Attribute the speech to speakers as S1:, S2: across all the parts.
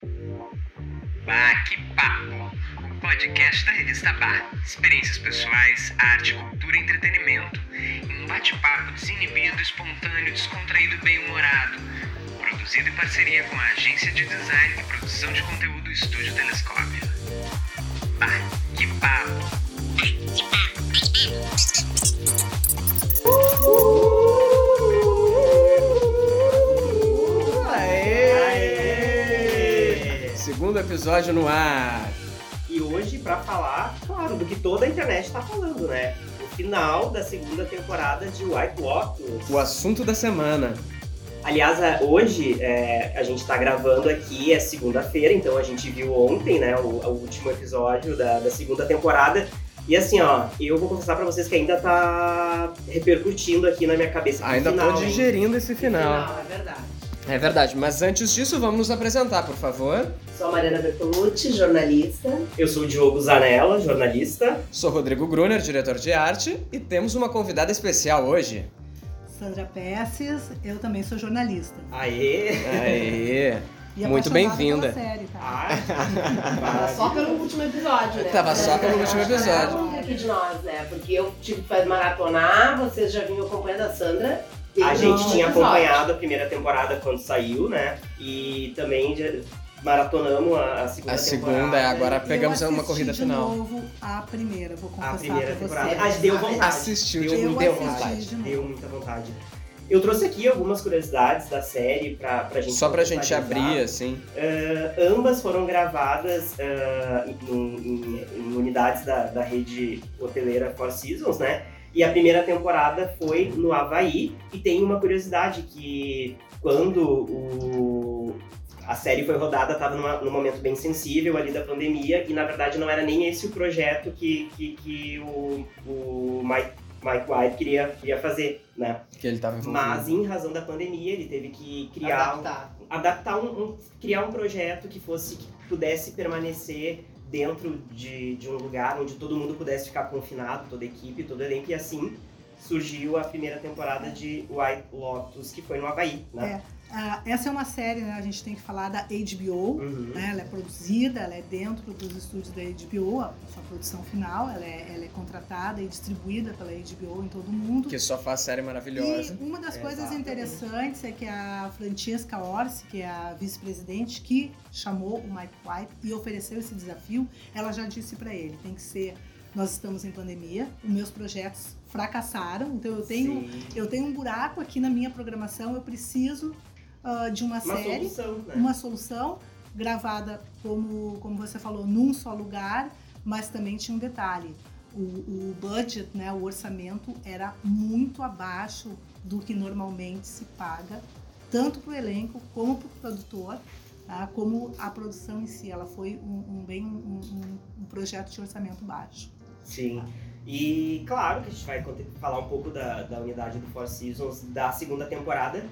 S1: Bah, Ah, que papo! O podcast da revista Bah. Experiências pessoais, arte, cultura e entretenimento. Em um bate-papo desinibido, espontâneo, descontraído e bem-humorado. Produzido em parceria com a agência de design e produção de conteúdo Estúdio Telescópio. Bah, que papo!
S2: Aê!
S3: Segundo episódio no ar.
S2: E hoje, pra falar, claro, do que toda a internet tá falando, né? O final da segunda temporada de White Lotus.
S3: O assunto da semana.
S2: Aliás, a- hoje é, a gente tá gravando aqui, é segunda-feira, então a gente viu ontem, né, o, o último episódio da, da segunda temporada. E assim, ó, eu vou confessar pra vocês que ainda tá repercutindo aqui na minha cabeça. Que
S3: Ainda
S2: final,
S3: tô
S2: hein?
S3: digerindo esse final.
S4: é verdade.
S3: É verdade, mas antes disso, vamos nos apresentar, por favor.
S4: Sou a Mariana Bertolucci, jornalista.
S2: Eu sou o Diogo Zanella, jornalista.
S3: Sou Rodrigo Gruner, diretor de arte, e temos uma convidada especial hoje.
S5: Sandra Pesses, eu também sou jornalista.
S2: Aê!
S3: Aê!
S5: E
S3: Muito
S5: apaixonada
S3: bem-vinda.
S5: pela série,
S3: Ah,
S5: tá?
S2: Ai,
S4: Tava só pelo último episódio, né?
S3: Tava só pelo último episódio.
S4: Conta aqui de nós, né? Porque eu tive que fazer maratonar, vocês já vinham acompanhando a Sandra. um
S2: A
S4: desde
S2: gente
S4: o
S3: um
S4: último
S2: tinha
S4: episódio.
S2: acompanhado a primeira temporada quando saiu, né? E também já maratonamos a, a segunda temporada.
S3: A segunda, é, agora pegamos
S5: eu
S3: uma
S5: assisti
S3: corrida
S5: de
S3: final.
S5: novo a primeira, vou confessar
S2: A primeira
S5: pra
S2: temporada.
S5: vocês.
S2: Ah, deu vontade.
S3: Assistiu de
S5: Eu
S3: me deu
S5: assisti
S3: vontade.
S5: de novo.
S2: Deu muita vontade. Eu trouxe aqui algumas curiosidades da série pra, pra gente
S3: Só pra gente abrir,
S2: contextualizar.
S3: assim.
S2: Ah, ambas foram gravadas ah, em, em- em unidades da, da rede hoteleira Four Seasons, né? E a primeira temporada foi no Havaí. E tem uma curiosidade que quando o- a série foi rodada, estava num momento bem sensível ali da pandemia. E na verdade não era nem esse o projeto que, que, que o, o Mike, Mike White queria, queria fazer, né?
S3: Que ele tava envolvido.
S2: Mas em razão da pandemia, ele teve que criar um
S4: Adaptar.
S2: adaptar um, um- criar um projeto que fosse que pudesse permanecer dentro de, de um lugar onde todo mundo pudesse ficar confinado, toda a equipe, todo o elenco e assim surgiu a primeira temporada de White Lotus que foi no Havaí, né?
S5: Ah, essa é uma série, né? A gente tem que falar da HBO.
S2: Uhum.
S5: né, Ela é produzida, ela é dentro dos estúdios da HBO, a sua produção final, ela é, ela é contratada e distribuída pela HBO em todo o mundo.
S3: Que só faz série maravilhosa.
S5: E uma das coisas
S2: Exatamente.
S5: interessantes é que a Francesca Orsi, que é a vice-presidente que chamou o Mike White e ofereceu esse desafio, ela já disse para ele, tem que ser, nós estamos em pandemia, os meus projetos fracassaram, então eu tenho,
S2: Sim.
S5: eu tenho um buraco aqui na minha programação, eu preciso ah, de uma,
S2: uma
S5: série
S2: solução, né?
S5: uma solução gravada, como, como você falou, num só lugar, mas também tinha um detalhe. O, o budget, né, o orçamento era muito abaixo do que normalmente se paga, tanto para o elenco como para o produtor, tá? como a produção em si. Ela foi um, um bem, um, um- um projeto de orçamento baixo.
S2: Sim. E claro que a gente vai conte- falar um pouco da, da unidade do Four Seasons da segunda temporada,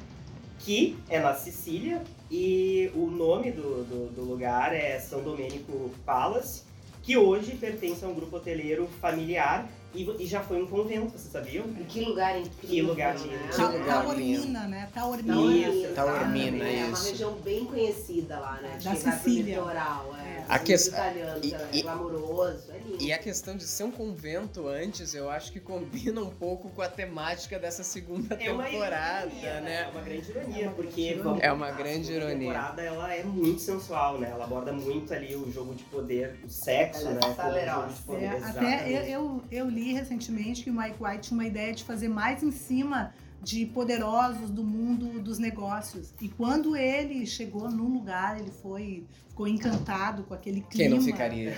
S2: que é na Sicília, e o nome do, do, do lugar é São Domênico Palace, que hoje pertence a um grupo hoteleiro familiar e, vo- e já foi um convento, vocês sabiam?
S4: Em que lugar incrível,
S2: Que lugar
S4: né?
S2: lindo. Que
S5: Ta-
S3: lugar
S5: Taormina, né? Taormina.
S2: Isso.
S4: Taormina,
S3: Taormina,
S4: né? É uma
S3: isso.
S4: região bem conhecida lá, né?
S5: Da
S4: que vai pro
S5: Sicília.
S4: Litoral, é.
S5: É.
S3: A ques-
S4: italiano,
S3: e-
S4: é
S3: e-
S4: glamouroso, é lindo.
S3: E a questão de ser um convento antes, eu acho que combina um pouco com a temática dessa segunda É temporada,
S2: É ironia, É
S3: né?
S2: uma grande ironia,
S5: É uma
S2: porque
S5: grande
S2: vamos
S3: É uma
S2: combinar,
S3: grande
S2: a segunda
S3: ironia.
S2: temporada ela é muito sensual, né? Ela aborda muito ali o jogo de poder, o sexo,
S4: Ela é
S2: né? como
S4: salerosa.
S2: jogo de poder,
S5: É,
S2: exatamente.
S5: até eu, eu, eu li recentemente que o Mike White tinha uma ideia de fazer mais em cima de poderosos do mundo dos negócios. E quando ele chegou num lugar, ele foi ficou encantado com aquele clima.
S3: Quem
S5: É
S3: não ficaria?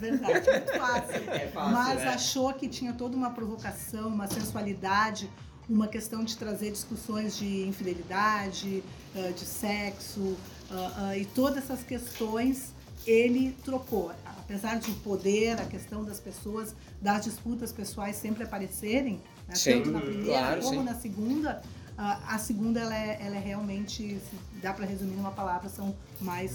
S5: Verdade, muito fácil.
S2: É fácil,
S5: Mas
S2: né?
S5: achou que tinha toda uma provocação, uma sensualidade, uma questão de trazer discussões de infidelidade, eh, de sexo ah, ah, e todas essas questões ele trocou. Apesar de o poder, a questão das pessoas, das disputas pessoais sempre aparecerem, né,
S3: Sim,
S5: tanto na
S2: uhum,
S5: primeira
S3: claro,
S5: como
S3: sim.
S5: na segunda, ah, a segunda ela é, ela é realmente, se dá para resumir numa palavra, são mais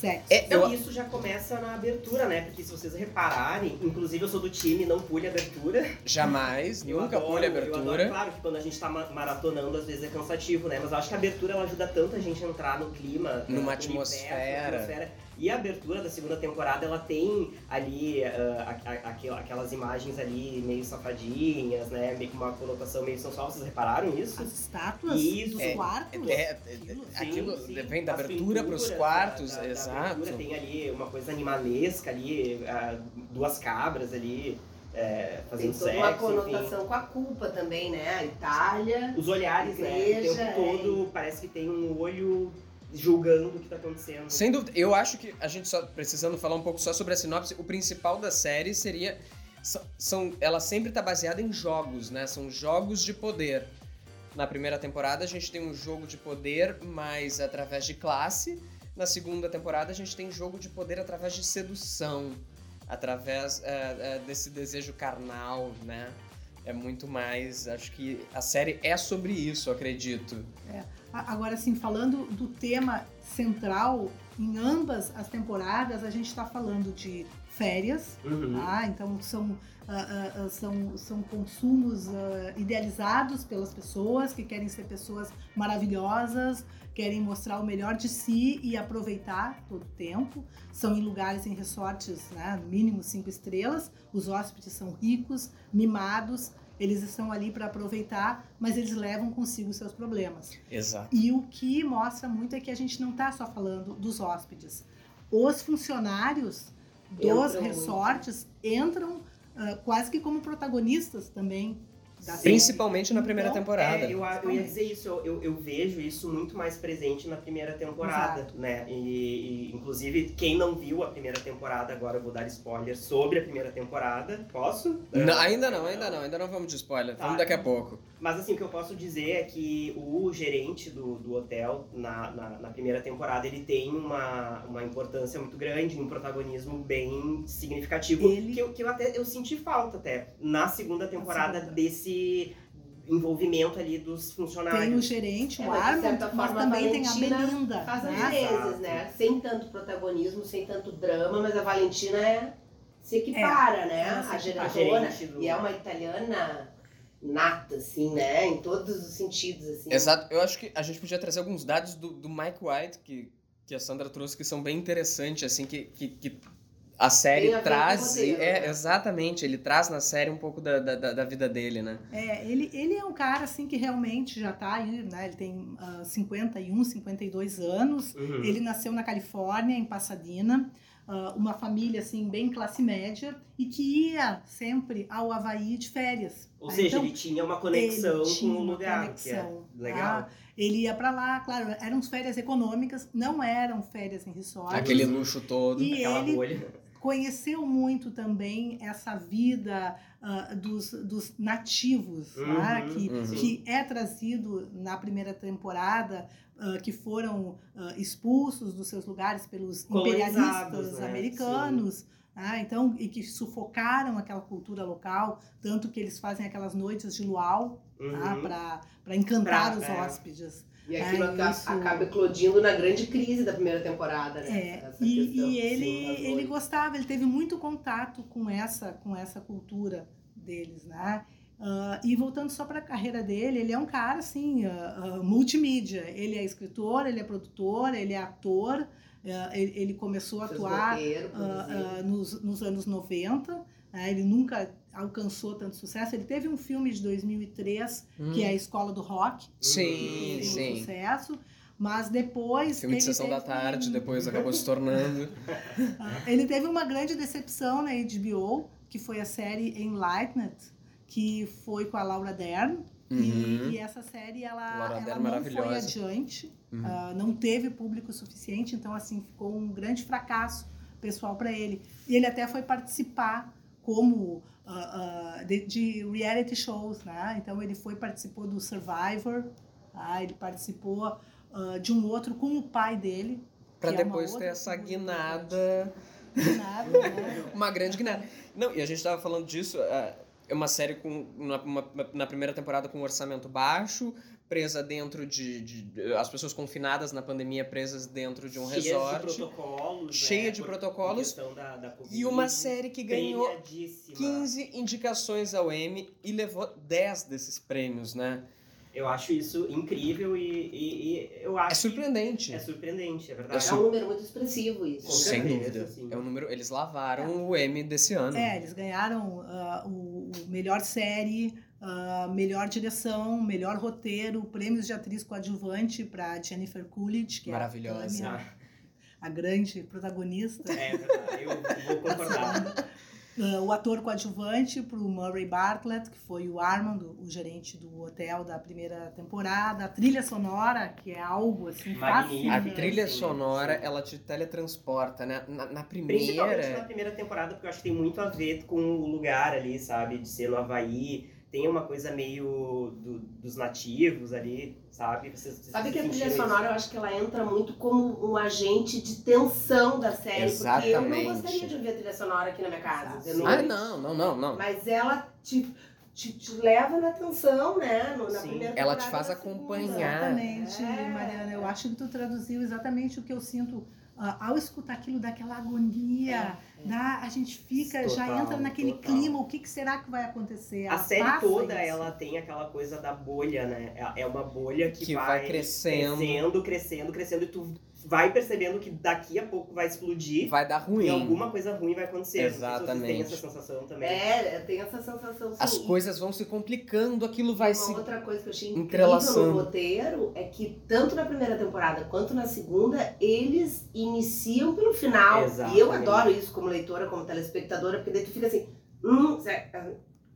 S5: sexo.
S3: É,
S2: Então
S3: eu-
S2: isso já começa na abertura, né? Porque se vocês repararem, inclusive eu sou do time, não pule a abertura.
S3: Jamais,
S2: Eu
S3: nunca
S2: adoro,
S3: pule a
S2: Eu adoro,
S3: abertura.
S2: claro que quando a gente tá ma- maratonando, às vezes é cansativo, né? Mas eu acho que a abertura ela ajuda tanto a gente a entrar no clima, né,
S3: Numa
S2: no
S3: atmosfera.
S2: universo, na atmosfera. E a abertura da segunda temporada, ela tem ali uh, a- a- aquel- aquelas imagens ali meio safadinhas, né? Meio com uma conotação meio sensual. Vocês repararam isso?
S5: As estátuas
S2: Isso.
S5: dos
S3: É,
S5: quartos.
S3: É, é,
S5: Aquilo,
S2: Sim,
S3: aquilo
S2: sim.
S3: vem da
S2: As
S3: abertura para
S2: pinturas
S3: os
S2: da-
S3: quartos,
S2: da- da
S3: exato.
S2: abertura tem ali uma coisa animalesca ali, ah, duas cabras ali é,
S4: Tem
S2: fazendo
S4: toda
S2: sexo.
S4: uma
S2: enfim.
S4: conotação com a culpa também, né? A Itália.
S2: Os olhares,
S4: Igreja, é.
S2: né? O tempo todo parece que tem um olho julgando o que tá acontecendo.
S3: Sem dúvida, eu acho que a gente só precisando falar um pouco só sobre a sinopse, o principal da série seria s- são ela sempre tá baseada em jogos, né? São jogos de poder. Na primeira temporada a gente tem um jogo de poder, mas através de classe. Na segunda temporada a gente tem jogo de poder através de sedução, através é, é, desse desejo carnal, né? É muito mais. Acho que a série é sobre isso, eu acredito.
S5: A- Agora, assim, falando do tema central, em ambas as temporadas, a gente está falando de férias,
S2: Uhum.
S5: tá? Então, são, ah, ah, ah, são, são consumos ah, idealizados pelas pessoas que querem ser pessoas maravilhosas, querem mostrar o melhor de si e aproveitar todo o tempo. São em lugares, em resortes, né? no Mínimo cinco estrelas. Os hóspedes são ricos, mimados. Eles estão ali para aproveitar, mas eles levam consigo seus problemas.
S3: Exato.
S5: E o que mostra muito é que a gente não está só falando dos hóspedes. Os funcionários dos
S4: Entram muito.
S5: resortes entram ah, quase que como protagonistas também da
S2: Sim.
S5: série.
S3: Principalmente na primeira
S5: Então,
S3: temporada.
S2: É, eu, a- eu ia dizer isso, eu, eu- eu vejo isso muito mais presente na primeira temporada, né? E, e, inclusive, quem não viu a primeira temporada, agora eu vou dar spoiler sobre a primeira temporada. Posso?
S3: Não, ainda não, ainda não, ainda não vamos de spoiler.
S2: Tá.
S3: Vamos daqui a pouco.
S2: Mas assim, o que eu posso dizer é que o gerente do, do hotel, na, na, na primeira temporada, ele tem uma, uma importância muito grande, um protagonismo bem significativo.
S5: Ele-
S2: Que, eu, que eu até eu senti falta até na segunda temporada
S5: segunda.
S2: desse envolvimento ali dos
S5: Tem o
S2: funcionários.
S5: gerente,
S4: É,
S5: o
S4: mas de
S5: Arnold,
S4: certa
S5: mas
S4: forma,
S5: também tem a
S4: Valentina
S5: Belinda.
S4: Faz as
S5: né?
S4: vezes, né? Sem tanto protagonismo, sem tanto drama, mas a Valentina é- se equipara, né?
S5: É. ela se
S4: A
S5: equipara.
S4: diretora.
S2: Gerente do-
S4: E é uma italiana nata, assim, né? Em todos os sentidos, assim.
S3: Exato. Eu acho que a gente podia trazer alguns dados do, do Mike White que, que a Sandra trouxe que são bem interessantes, assim, que, que, que a série
S4: Tem a ver com
S3: traz.
S4: o roteiro,
S3: é,
S4: né?
S3: exatamente. Ele traz na série um pouco da, da, da- da vida dele, né?
S5: É, ele, ele é um cara assim que realmente já tá aí, né? Ele tem ah, 51, 52 anos.
S2: Uhum.
S5: Ele nasceu na Califórnia, em Pasadena, ah, uma família assim bem classe média e que ia sempre ao Havaí de férias.
S2: Ou
S5: Ah,
S2: seja,
S5: então,
S2: ele tinha uma conexão
S5: ele tinha
S2: com o
S5: uma
S2: lugar.
S5: conexão,
S2: que é legal.
S5: tá? Ele ia pra lá, claro, eram férias econômicas, não eram férias em resort.
S3: Aquele luxo todo.
S5: E
S2: Aquela
S5: ele
S2: bolha.
S5: conheceu muito também essa vida ah, dos, dos nativos,
S2: Uhum,
S5: tá? que,
S3: uhum.
S5: que é trazido na primeira temporada, ah, que foram ah, expulsos dos seus lugares pelos
S2: Colonizados,
S5: imperialistas
S2: né?
S5: americanos. tá? então, e que sufocaram aquela cultura local, tanto que eles fazem aquelas noites de luau
S2: Uhum.
S5: tá? para encantar
S2: Pra-
S5: os
S2: é.
S5: hóspedes.
S4: E aquilo
S5: É,
S4: aca-
S5: isso.
S4: acaba eclodindo na grande crise da primeira temporada, né?
S5: É,
S4: Essa
S5: e,
S4: questão,
S5: e ele,
S4: sim, das
S5: ele
S4: noites.
S5: gostava, ele teve muito contato com essa, com essa cultura deles, né? Ah, e voltando só para a carreira dele, ele é um cara assim, ah, ah, multimídia. Ele é escritor, ele é produtor, ele é ator. ah, ele, ele começou a
S4: Fez
S5: atuar
S4: roteiro,
S5: ah,
S4: produziu.
S5: ah, nos, nos anos 90. né? Ele nunca alcançou tanto sucesso. Ele teve um filme de 2003
S3: Hum.
S5: que é a Escola do Rock,
S2: Uhum.
S3: Sim,
S5: que teve um
S3: sim.
S5: sucesso. Mas depois
S3: Filme de
S5: ele
S3: sessão da
S5: teve
S3: tarde,
S5: um-
S3: depois acabou se tornando.
S5: ah, Ele teve uma grande decepção na HBO, que foi a série Enlightened, que foi com a Laura Dern. E,
S3: Uhum.
S5: e essa série ela,
S3: Laura
S5: ela
S3: Dern
S5: não foi
S3: maravilhosa.
S5: adiante,
S3: Uhum.
S5: ah, não teve público suficiente, então assim ficou um grande fracasso pessoal para ele. E ele até foi participar como ah, ah, de, de reality shows, né? Então ele foi participou do Survivor, tá? ele participou ah, de um outro com o pai dele,
S3: Pra
S5: que é uma
S3: depois ter
S5: outra
S3: essa
S5: figura
S3: guinada.
S5: nada, né?
S3: Uma grande guinada. Não, e a gente tava falando disso. ah, É uma série com, na, uma- na primeira temporada com um orçamento baixo, presa dentro de, de- As pessoas confinadas na pandemia, presas dentro de um
S2: Cheia de
S3: resort.
S2: protocolos.
S3: Cheia
S2: né,
S3: de
S2: por-
S3: protocolos.
S2: por questão da- da Covid.
S3: E uma série que ganhou
S2: Premiadíssima.
S3: 15 indicações ao Emmy e levou 10 desses prêmios, né?
S2: Eu acho isso incrível e, e- e eu acho.
S3: É surpreendente.
S2: É surpreendente, é
S3: Eu
S2: verdade.
S4: É
S3: sou-
S4: um número muito expressivo
S2: Com
S4: isso.
S3: Sem
S2: certeza, assim.
S3: dúvida.
S2: sim.
S3: É um número. Eles
S2: É.
S3: lavaram o M desse ano.
S5: É, eles ganharam ah, o, o melhor série, ah, melhor direção, melhor roteiro, prêmios de atriz coadjuvante para Jennifer Coolidge, que
S3: Maravilhosa.
S5: é a, Tânia,
S2: Ah,
S5: a grande protagonista.
S2: é verdade, eu vou concordar.
S5: Ah, o ator coadjuvante para o Murray Bartlett, que foi o Armand, o gerente do hotel da primeira temporada. A trilha sonora, que é algo assim
S2: Magnífica.
S3: A
S5: fascinante.
S3: trilha
S2: Sim,
S3: sonora,
S2: sim.
S3: ela te teletransporta, né? Na, na
S2: Principalmente na
S3: primeira.
S2: primeira temporada, porque eu acho que tem muito a ver com o lugar ali, sabe? De ser no Havaí. Tem uma coisa meio do- dos nativos ali, sabe? Vocês, vocês
S4: Sabe que a trilha
S2: sentiram isso?
S4: sonora, eu acho que ela entra muito como um agente de tensão da série. Porque eu
S3: Exatamente.
S4: não gostaria de ouvir a trilha sonora aqui na minha casa. de
S5: Exato.
S4: noite.
S3: Ah, não, não, não, não.
S4: Mas ela te, te, te leva na atenção, né? No- na
S2: Sim.
S4: primeira
S3: Ela te
S4: temporada,
S3: faz
S4: na segunda.
S3: acompanhar.
S5: Exatamente,
S4: É.
S5: Mariana. Eu acho que tu traduziu exatamente o que eu sinto ah, ao escutar aquilo daquela agonia.
S4: É, é.
S5: dá- a gente fica, já
S2: Total,
S5: entra naquele
S2: total.
S5: clima, o que, que será que vai acontecer?
S2: A
S5: Ela
S2: série
S5: passa
S2: toda,
S5: isso.
S2: ela tem aquela coisa da bolha, né? É- É uma bolha que,
S3: Que vai crescendo.
S2: crescendo, crescendo, crescendo, e tu vai percebendo que daqui a pouco vai explodir
S3: Vai dar
S2: e
S3: ruim.
S2: alguma coisa ruim vai acontecer. Não sei se
S3: Exatamente.
S2: Vocês têm essa sensação também.
S4: É, tem essa sensação.
S3: As
S4: sim.
S3: coisas vão se complicando, aquilo vai
S4: Uma
S3: se.
S4: outra coisa que eu achei
S3: entrelaçando.
S4: incrível no roteiro é que tanto na primeira temporada quanto na segunda, eles iniciam pelo final.
S2: Exatamente.
S4: E eu adoro isso como leitora, como telespectadora, porque daí tu fica assim, hum, se-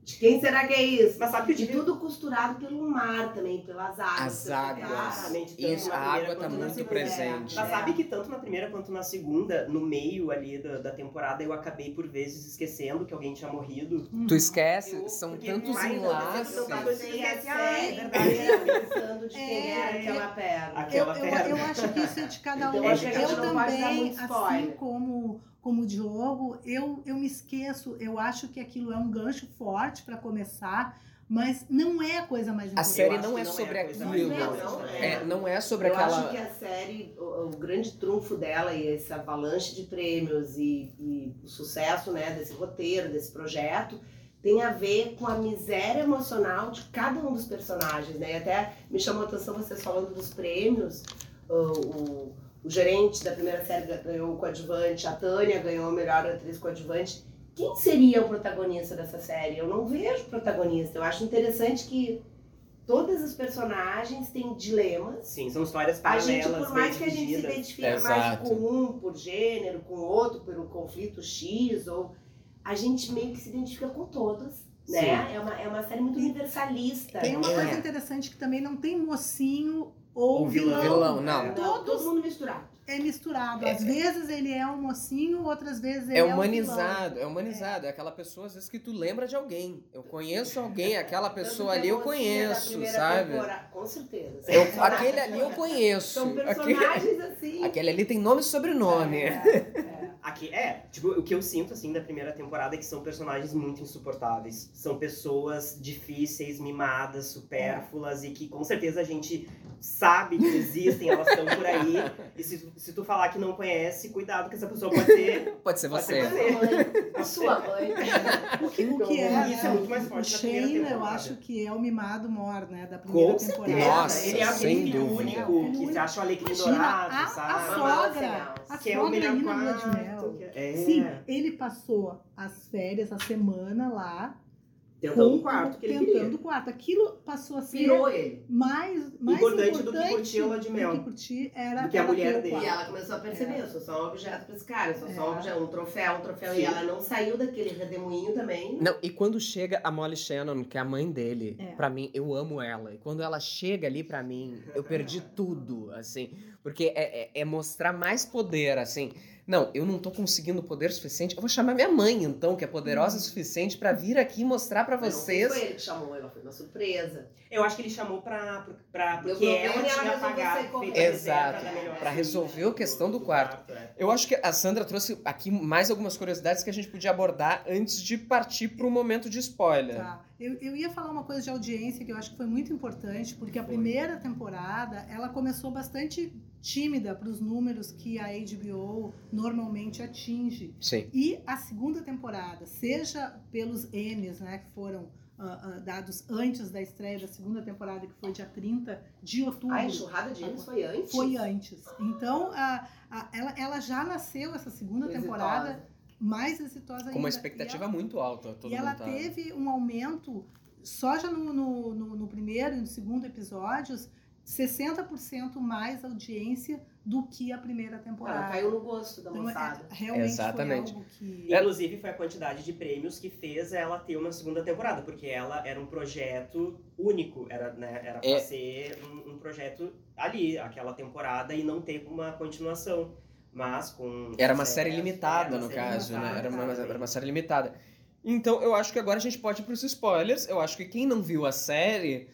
S4: de quem será que é isso?
S2: Mas sabe que
S4: E
S2: eu tive
S4: tudo costurado pelo mar também, pelas águas.
S3: As
S4: pelas
S3: águas.
S4: águas.
S2: Exatamente, tanto
S3: Isso, a
S2: na
S3: água
S2: primeira
S3: tá
S2: quanto na
S3: muito
S2: segunda.
S3: presente.
S2: Mas
S4: É.
S2: sabe que tanto na primeira quanto na segunda, no meio ali da, da temporada, eu acabei por vezes esquecendo que alguém tinha morrido.
S5: Uhum.
S3: Tu esquece,
S2: Eu-
S3: são
S4: um
S2: porque
S3: tantos
S2: vai
S4: então tá
S3: enlaces.
S2: acontecendo tanta coisa.
S4: Passei a série inteira pensando de quem era
S3: É.
S4: aquela perna.
S5: Eu,
S2: Aquela
S5: eu,
S2: perna.
S5: eu acho que isso é de cada um.
S4: Então,
S2: acho que a gente
S5: eu
S2: não
S4: pode dar
S5: também,
S4: muito
S5: assim
S4: spoiler.
S5: como, como o Diogo, eu, eu me esqueço. Eu acho que aquilo é um gancho forte para começar, mas não é a coisa mais
S3: A
S5: importante.
S3: série
S2: Eu acho
S3: não
S2: que
S3: é
S2: não é
S3: sobre
S2: a coisa assim,
S3: aquilo.
S4: mais
S3: Não,
S4: importante. Não, não
S3: é.
S4: é.
S2: né?
S3: não é sobre
S4: eu
S3: aquela.
S4: acho que a série, o, o grande trunfo dela e essa avalanche de prêmios e, e o sucesso né, desse roteiro, desse projeto, tem a ver com a miséria emocional de cada um dos personagens. Né? E até me chamou a atenção vocês falando dos prêmios. O, o- o gerente da primeira série ganhou o coadjuvante, a Tânia ganhou a melhor atriz coadjuvante. Quem seria o protagonista dessa série? Eu não vejo protagonista. Eu acho interessante que todas as personagens têm dilemas
S2: Sim, são histórias
S4: a
S2: paralelas,
S4: gente, por mais que
S2: bem
S4: a gente se
S2: divididas.
S4: identifique mais
S3: Exato.
S4: com um por gênero, com outro por um conflito X, ou a gente meio que se identifica com todos, né? É uma, é uma série muito universalista.
S5: Tem
S3: É.
S5: uma
S4: né?
S5: coisa interessante que também não tem mocinho ou
S2: Ou vilão.
S5: vilão.
S3: Um
S5: É.
S3: Vilão, não.
S4: Não,
S5: todos-
S4: todo mundo misturado.
S5: É misturado.
S3: É-
S5: Às vezes ele é um mocinho, outras vezes ele
S3: É
S5: é, um vilão.
S3: humanizado, é humanizado. É aquela pessoa, às vezes, que tu lembra de alguém. Eu conheço alguém, aquela pessoa ali eu conheço, sabe?
S4: Com certeza.
S3: Eu- aquele ali eu conheço.
S4: São
S3: Aquele,
S4: personagens assim.
S3: aquele ali tem nome e sobrenome.
S4: É, é.
S2: Aqui, é, tipo, o que eu sinto, assim, da primeira temporada é que são personagens muito insuportáveis. São pessoas difíceis, mimadas, supérfluas e que com certeza a gente sabe que existem, elas estão por aí. E se, se tu falar que não conhece, cuidado que essa pessoa pode ser.
S3: Pode ser
S2: Pode
S3: você.
S2: ser
S4: A mãe, a sua mãe.
S5: O que, o que é,
S2: Então,
S5: né?
S2: isso é muito mais forte
S5: o
S2: na primeira
S5: Shane, eu
S2: temporada.
S5: acho que é o mimado mor, né? Da primeira
S2: Com
S5: temporada.
S2: certeza.
S3: Nossa,
S2: ele é
S3: sem
S2: aquele
S3: dúvida.
S2: único que
S5: tá-
S2: se acha o alecrim
S5: Imagina,
S2: dourado,
S5: a, a
S2: sabe?
S4: só-
S5: sogra, a
S2: que é o
S5: sogra
S2: melhor
S5: ali na lua de
S2: quarto,
S5: mel.
S2: que é-
S5: Sim,
S2: é.
S5: ele passou as férias, a semana lá,
S2: Tentando
S5: com-
S2: o quarto que ele
S5: tentando
S2: queria.
S5: o quarto. Aquilo passou a ser
S4: Pirou ele.
S5: mais, mais
S2: Importante
S5: importante,
S2: do que curtir a lua de mel.
S5: do que curtir era
S2: Do que a
S5: ela ter
S2: mulher
S5: o
S2: dele.
S5: quarto.
S4: E ela começou a perceber, eu sou só um objeto pra esse cara, eu sou só
S5: É.
S4: um objeto, um troféu, um troféu.
S2: Sim.
S4: E ela não saiu daquele redemoinho também.
S3: Não, e quando chega a Molly Shannon, que é a mãe dele,
S5: É.
S3: pra mim, eu amo ela. E quando ela chega ali pra mim, eu perdi tudo, assim. Porque é, é- é mostrar mais poder, assim. Não, eu não tô conseguindo poder suficiente. Eu vou chamar minha mãe, então, que é
S5: Uhum.
S3: poderosa o suficiente pra vir aqui mostrar pra
S4: Mas não
S3: vocês.
S4: Foi ele que chamou, ela foi uma surpresa.
S2: Eu acho que ele chamou pra. pra- pra
S4: Deu
S2: porque ela
S4: problema e ela
S2: tinha
S4: resolveu
S2: pagado.
S4: sair correndo.
S2: feito a reserva
S3: Exato,
S2: da melhor
S3: pra
S2: amiga
S3: resolver
S2: do-
S3: a questão do quarto.
S2: é.
S3: Eu acho que a Sandra trouxe aqui mais algumas curiosidades que a gente podia abordar antes de partir pro momento de spoiler.
S5: Tá. Eu, eu ia falar uma coisa de audiência que eu acho que foi muito importante, porque a primeira temporada ela começou bastante tímida para os números que a HBO normalmente atinge.
S3: Sim.
S5: E a segunda temporada, seja pelos M's, né, que foram ah, ah, dados antes da estreia da segunda temporada, que foi dia 30 de outubro.
S4: A enxurrada de Emes foi antes?
S5: Hum. Foi antes. Então, a, a- ela, ela já nasceu essa segunda
S4: Exitosa.
S5: temporada mais exitosa ainda.
S3: Com uma expectativa muito alta. Todo
S5: E ela
S3: mundo tá...
S5: teve um aumento, só já no, no- no- no primeiro e no segundo episódios, 60% mais audiência do que a primeira temporada.
S4: Ela caiu no gosto da
S5: Então, é-
S4: moçada.
S5: realmente
S3: Exatamente.
S5: foi algo que...
S4: é
S3: É.
S2: Inclusive, foi a quantidade de prêmios que fez ela ter uma segunda temporada, porque ela era um projeto único, era, né, era pra
S3: É.
S2: ser um, um projeto ali, aquela temporada, e não ter uma continuação. Mas com.
S3: Era uma
S2: sucesso,
S3: série
S2: era
S3: limitada,
S2: uma
S3: no
S4: assim,
S2: série
S3: caso, né?
S2: limitada,
S3: Era uma,
S2: exatamente.
S3: era uma série limitada. Então, eu acho que agora a gente pode ir pros spoilers. Eu acho que quem não viu a série,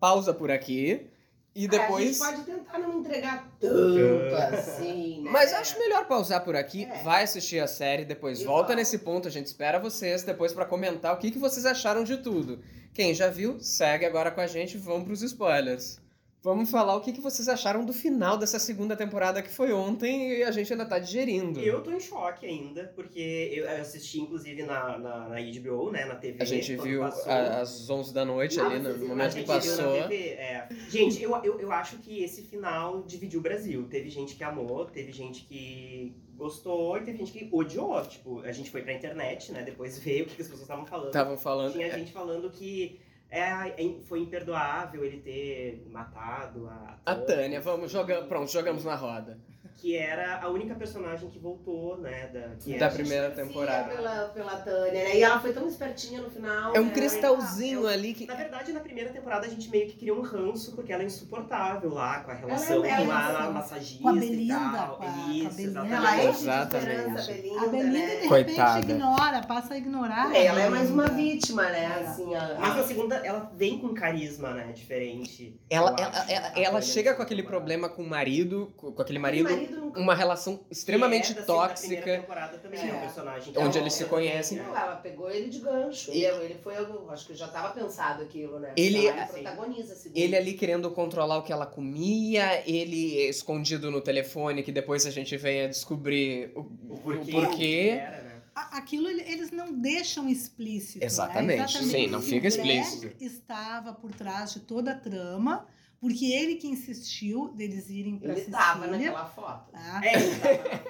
S3: pausa por aqui. E depois.
S4: É, A gente pode tentar não entregar tanto assim, né?
S3: Mas acho melhor pausar por aqui,
S4: É.
S3: vai assistir a série, depois
S4: E
S3: volta
S4: volta.
S3: nesse ponto, a gente espera vocês depois pra comentar o que, que vocês acharam de tudo. Quem já viu, segue agora com a gente, vamos pros spoilers. Vamos falar o que, que vocês acharam do final dessa segunda temporada que foi ontem e a gente ainda tá digerindo.
S2: Eu tô em choque ainda, porque eu eu assisti, inclusive, na, na, na HBO, né? Na TV.
S3: A gente
S2: quando
S3: viu
S2: passou.
S3: a- às 11 da noite ali,
S4: Nossa,
S3: no
S4: vocês
S2: A
S3: momento que
S2: gente
S3: passou.
S2: viu na TV, é. Gente, eu, eu, eu acho que esse final dividiu o Brasil. Teve gente que amou, teve gente que gostou e teve gente que odiou. Tipo, a gente foi pra internet, né? Depois veio o que que as pessoas estavam falando.
S3: Estavam falando.
S2: Tinha gente falando que é, é- foi imperdoável ele ter matado a,
S3: A Tânia, vamos, jogamos, pronto, jogamos na roda.
S2: Que era a única personagem que voltou, né? Da, que
S3: Da
S2: era-
S3: primeira
S4: torcia
S3: temporada.
S4: Pela, pela Tânia, né? E ela foi tão espertinha no final.
S3: É um
S4: né?
S3: cristalzinho ali que.
S2: Na verdade, na primeira temporada a gente meio que criou um ranço, porque ela é insuportável lá com a relação
S4: Ela é-
S2: com
S4: ela é-
S2: a massagista
S5: com a Belinda,
S2: e tal.
S5: com a- com a
S2: Isso,
S5: Belinda.
S4: Ela é
S2: exatamente.
S4: de
S3: Exatamente.
S4: esperança, Belinda,
S5: A Belinda, é de repente,
S4: né?
S3: Coitada.
S5: ignora, passa a ignorar.
S4: É, ela é mais uma
S5: vida.
S4: vítima, né?
S5: É.
S4: Assim, a-
S2: Mas na segunda, ela vem com carisma, né? Diferente.
S3: Ela,
S2: eu
S3: ela,
S2: acho,
S3: ela,
S2: a
S3: ela
S2: Tânia
S3: chega
S2: nessa
S3: com aquele
S2: temporada.
S3: problema com o marido, com com aquele
S4: Aquele
S3: marido,
S4: nunca-
S3: uma relação
S2: Que
S3: extremamente
S2: é da- da primeira
S3: tóxica.
S2: temporada também,
S4: É.
S2: é um personagem que
S3: Onde
S2: ela
S3: eles se
S2: é,
S3: conhecem.
S2: né?
S4: Não, ela pegou ele de gancho. E ele foi, eu acho que já estava pensado aquilo, né?
S3: Ele- é-
S4: ela protagoniza esse
S3: Ele é ali querendo controlar o que ela comia, ele escondido no telefone, que depois a gente venha descobrir o,
S2: O porquê.
S3: o porquê.
S2: Era, né?
S5: A- Aquilo ele- eles não deixam explícito. né?
S3: Exatamente, sim, não
S5: que
S3: fica
S5: o Greg
S3: explícito.
S5: estava por trás de toda a trama, porque ele que insistiu deles irem para
S4: Ele
S5: Sicília.
S4: tava né? naquela
S3: Ah.
S4: foto.
S5: tá?
S2: É,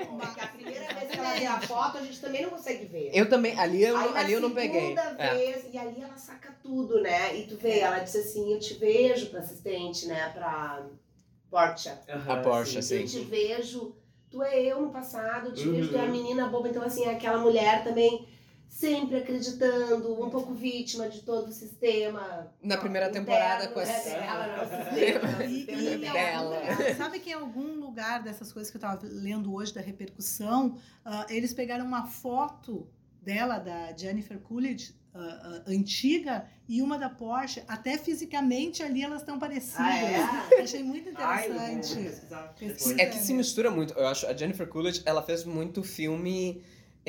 S4: Porque a primeira vez que ela vê a foto, a gente também não consegue ver.
S3: Eu também, ali eu,
S4: Aí,
S3: não-
S4: na
S3: ali eu não peguei.
S4: segunda
S3: É.
S4: vez, e ali ela saca tudo, né? E tu vê, ela disse assim, eu te vejo pra assistente, né? Pra Portia.
S2: Aham,
S3: A Porsche,
S2: então. sim.
S4: Eu te vejo, tu é eu no passado, eu te
S2: Uhum.
S4: vejo, tu é a menina boba. Então, assim, é aquela mulher também sempre acreditando, um pouco vítima de todo o sistema.
S3: Na primeira
S4: interno,
S3: temporada com a
S4: né,
S2: Sam.
S4: dela, né, o sistema, o
S5: E-
S4: sistema
S5: e-
S3: dela.
S4: é
S5: Sabe que em algum lugar dessas coisas que eu tava lendo hoje da repercussão, ah, eles pegaram uma foto dela, da Jennifer Coolidge, ah, ah, antiga, e uma da Porsche. Até fisicamente ali elas estão parecidas.
S4: Ah, é?
S5: Achei muito
S2: Ai, eu vou
S5: interessante.
S2: pesquisar
S5: Pesquisa.
S2: depois.
S3: É que
S4: né?
S3: se mistura muito. Eu acho a Jennifer Coolidge, ela fez muito filme.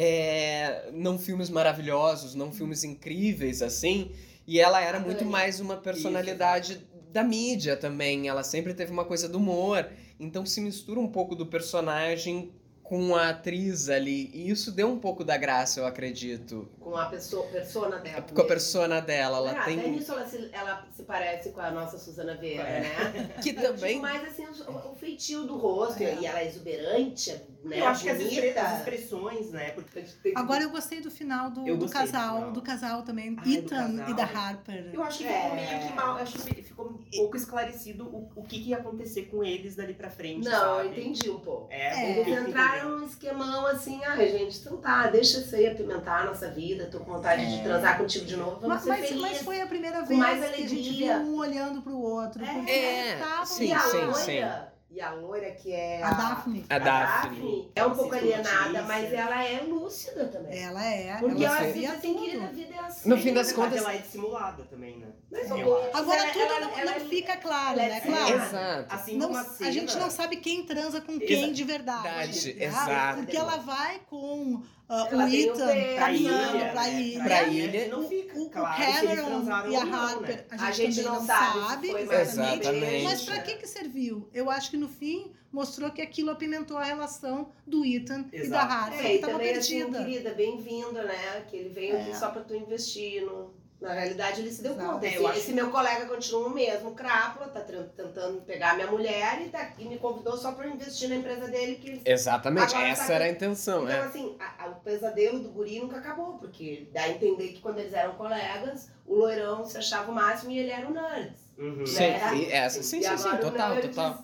S3: é, não filmes maravilhosos, não filmes incríveis, assim. E ela era muito
S4: Uhum. Adorei.
S3: mais uma personalidade da mídia também. Ela sempre teve uma coisa do humor. Então se mistura um pouco do personagem com a atriz ali. E isso deu um pouco da graça, eu acredito.
S4: Com a pessoa, persona dela.
S3: Com a
S4: mesmo.
S3: persona dela, ela
S4: É, Ah, Até
S3: tem.
S4: nisso ela se, ela se parece com a nossa Suzana Vieira,
S2: É.
S4: né?
S3: Que
S4: Digo
S3: também.
S4: mais assim, o, o feitio do rosto,
S5: É.
S4: e ela é exuberante, né?
S2: Eu acho que as expre- as
S4: bonita.
S2: expressões, né? Porque
S5: Agora eu gostei do final do,
S2: Eu
S5: do
S2: gostei do
S5: casal, do,
S2: final.
S5: casal também,
S2: Ah, do
S5: Ethan
S2: casal.
S5: e da Harper.
S2: Eu acho que
S4: É.
S2: ficou meio que mal. Eu acho que ficou um pouco esclarecido o, o que, que ia acontecer com eles dali pra frente.
S4: Não, eu
S2: sabe?
S4: entendi um pouco.
S2: É, eu
S5: É.
S4: Eles
S2: entendi.
S4: entraram num esquemão assim, ai gente, então tá, deixa isso aí apimentar a nossa vida, tô com vontade
S3: É.
S4: de transar contigo de novo, vamos
S5: Ma-
S4: ser
S5: Mas,
S4: felizes.
S5: mas foi a primeira
S4: com
S5: vez
S4: mais
S5: que a gente viu
S4: alegria.
S5: um olhando pro outro.
S4: É.
S5: porque
S3: É,
S5: eles estavam
S3: sim,
S4: e a
S5: lá.
S3: sim,
S4: loira,
S3: sim.
S4: e a loira que é
S5: A Daphne,
S3: A
S6: Ah,
S3: Daphne.
S4: é um pouco
S2: Assiste
S4: alienada,
S2: notícias.
S4: mas ela é lúcida também.
S5: ela é.
S4: Porque
S3: ela
S4: ela
S3: sei.
S5: sabia
S4: fica assim,
S5: tudo.
S4: querida, a vida é assim.
S3: No fim das
S2: Na verdade,
S3: contas-
S2: Ela é dissimulada também, né?
S4: Mas,
S2: Eu
S4: ok,
S2: acho.
S5: Agora
S4: ela-
S5: tudo
S4: ela-
S5: não,
S4: ela-
S5: não fica claro,
S4: ela é
S5: né?
S4: desenhada.
S5: Claro.
S3: Exato.
S2: Assim
S5: Não-
S2: como
S5: a gente não sabe quem transa com quem de verdade.
S3: Verdade,
S5: Ah,
S3: exato.
S5: Porque ela vai com ah,
S4: Ela
S5: o
S4: tem o
S5: Ethan
S4: pé,
S2: Pra
S5: caminhando
S2: ilha,
S5: pra
S2: né?
S5: ilha.
S3: Pra ilha.
S2: que Não fica
S5: O, o
S2: claro se eles
S5: Cameron
S2: transaram
S5: e a
S2: ou não, né?
S5: Harper, a gente,
S4: A gente
S5: também
S4: não sabe se foi né? mais
S5: exatamente.
S3: Exatamente.
S5: Mas pra que que serviu? Eu acho que no fim mostrou que aquilo apimentou a relação do Ethan e
S2: Exato.
S5: da Harper,
S4: É,
S5: que
S4: e
S5: tava
S4: também assim,
S5: perdida. É.
S4: querida, bem-vinda, né? Que ele veio aqui só pra tu investir no, Na realidade, ele se deu
S5: Não,
S4: conta.
S6: é, eu
S4: Esse,
S6: acho-
S4: esse meu colega continua o mesmo, crápula, tá tran- tentando pegar minha mulher e, tá, e me convidou só pra eu investir na empresa dele. Que...
S3: Exatamente,
S4: Agora
S3: essa
S4: sabe-
S3: era a intenção,
S4: então,
S3: é.
S4: assim, a- a- o pesadelo do guri nunca acabou, porque dá a entender que quando eles eram colegas, o loirão se achava o máximo e ele era o nerds.
S2: Uhum.
S3: Sim,
S4: Era-
S3: e essa, sim,
S4: E
S3: sim, sim,
S4: agora o
S3: total,
S4: nerds-
S3: total.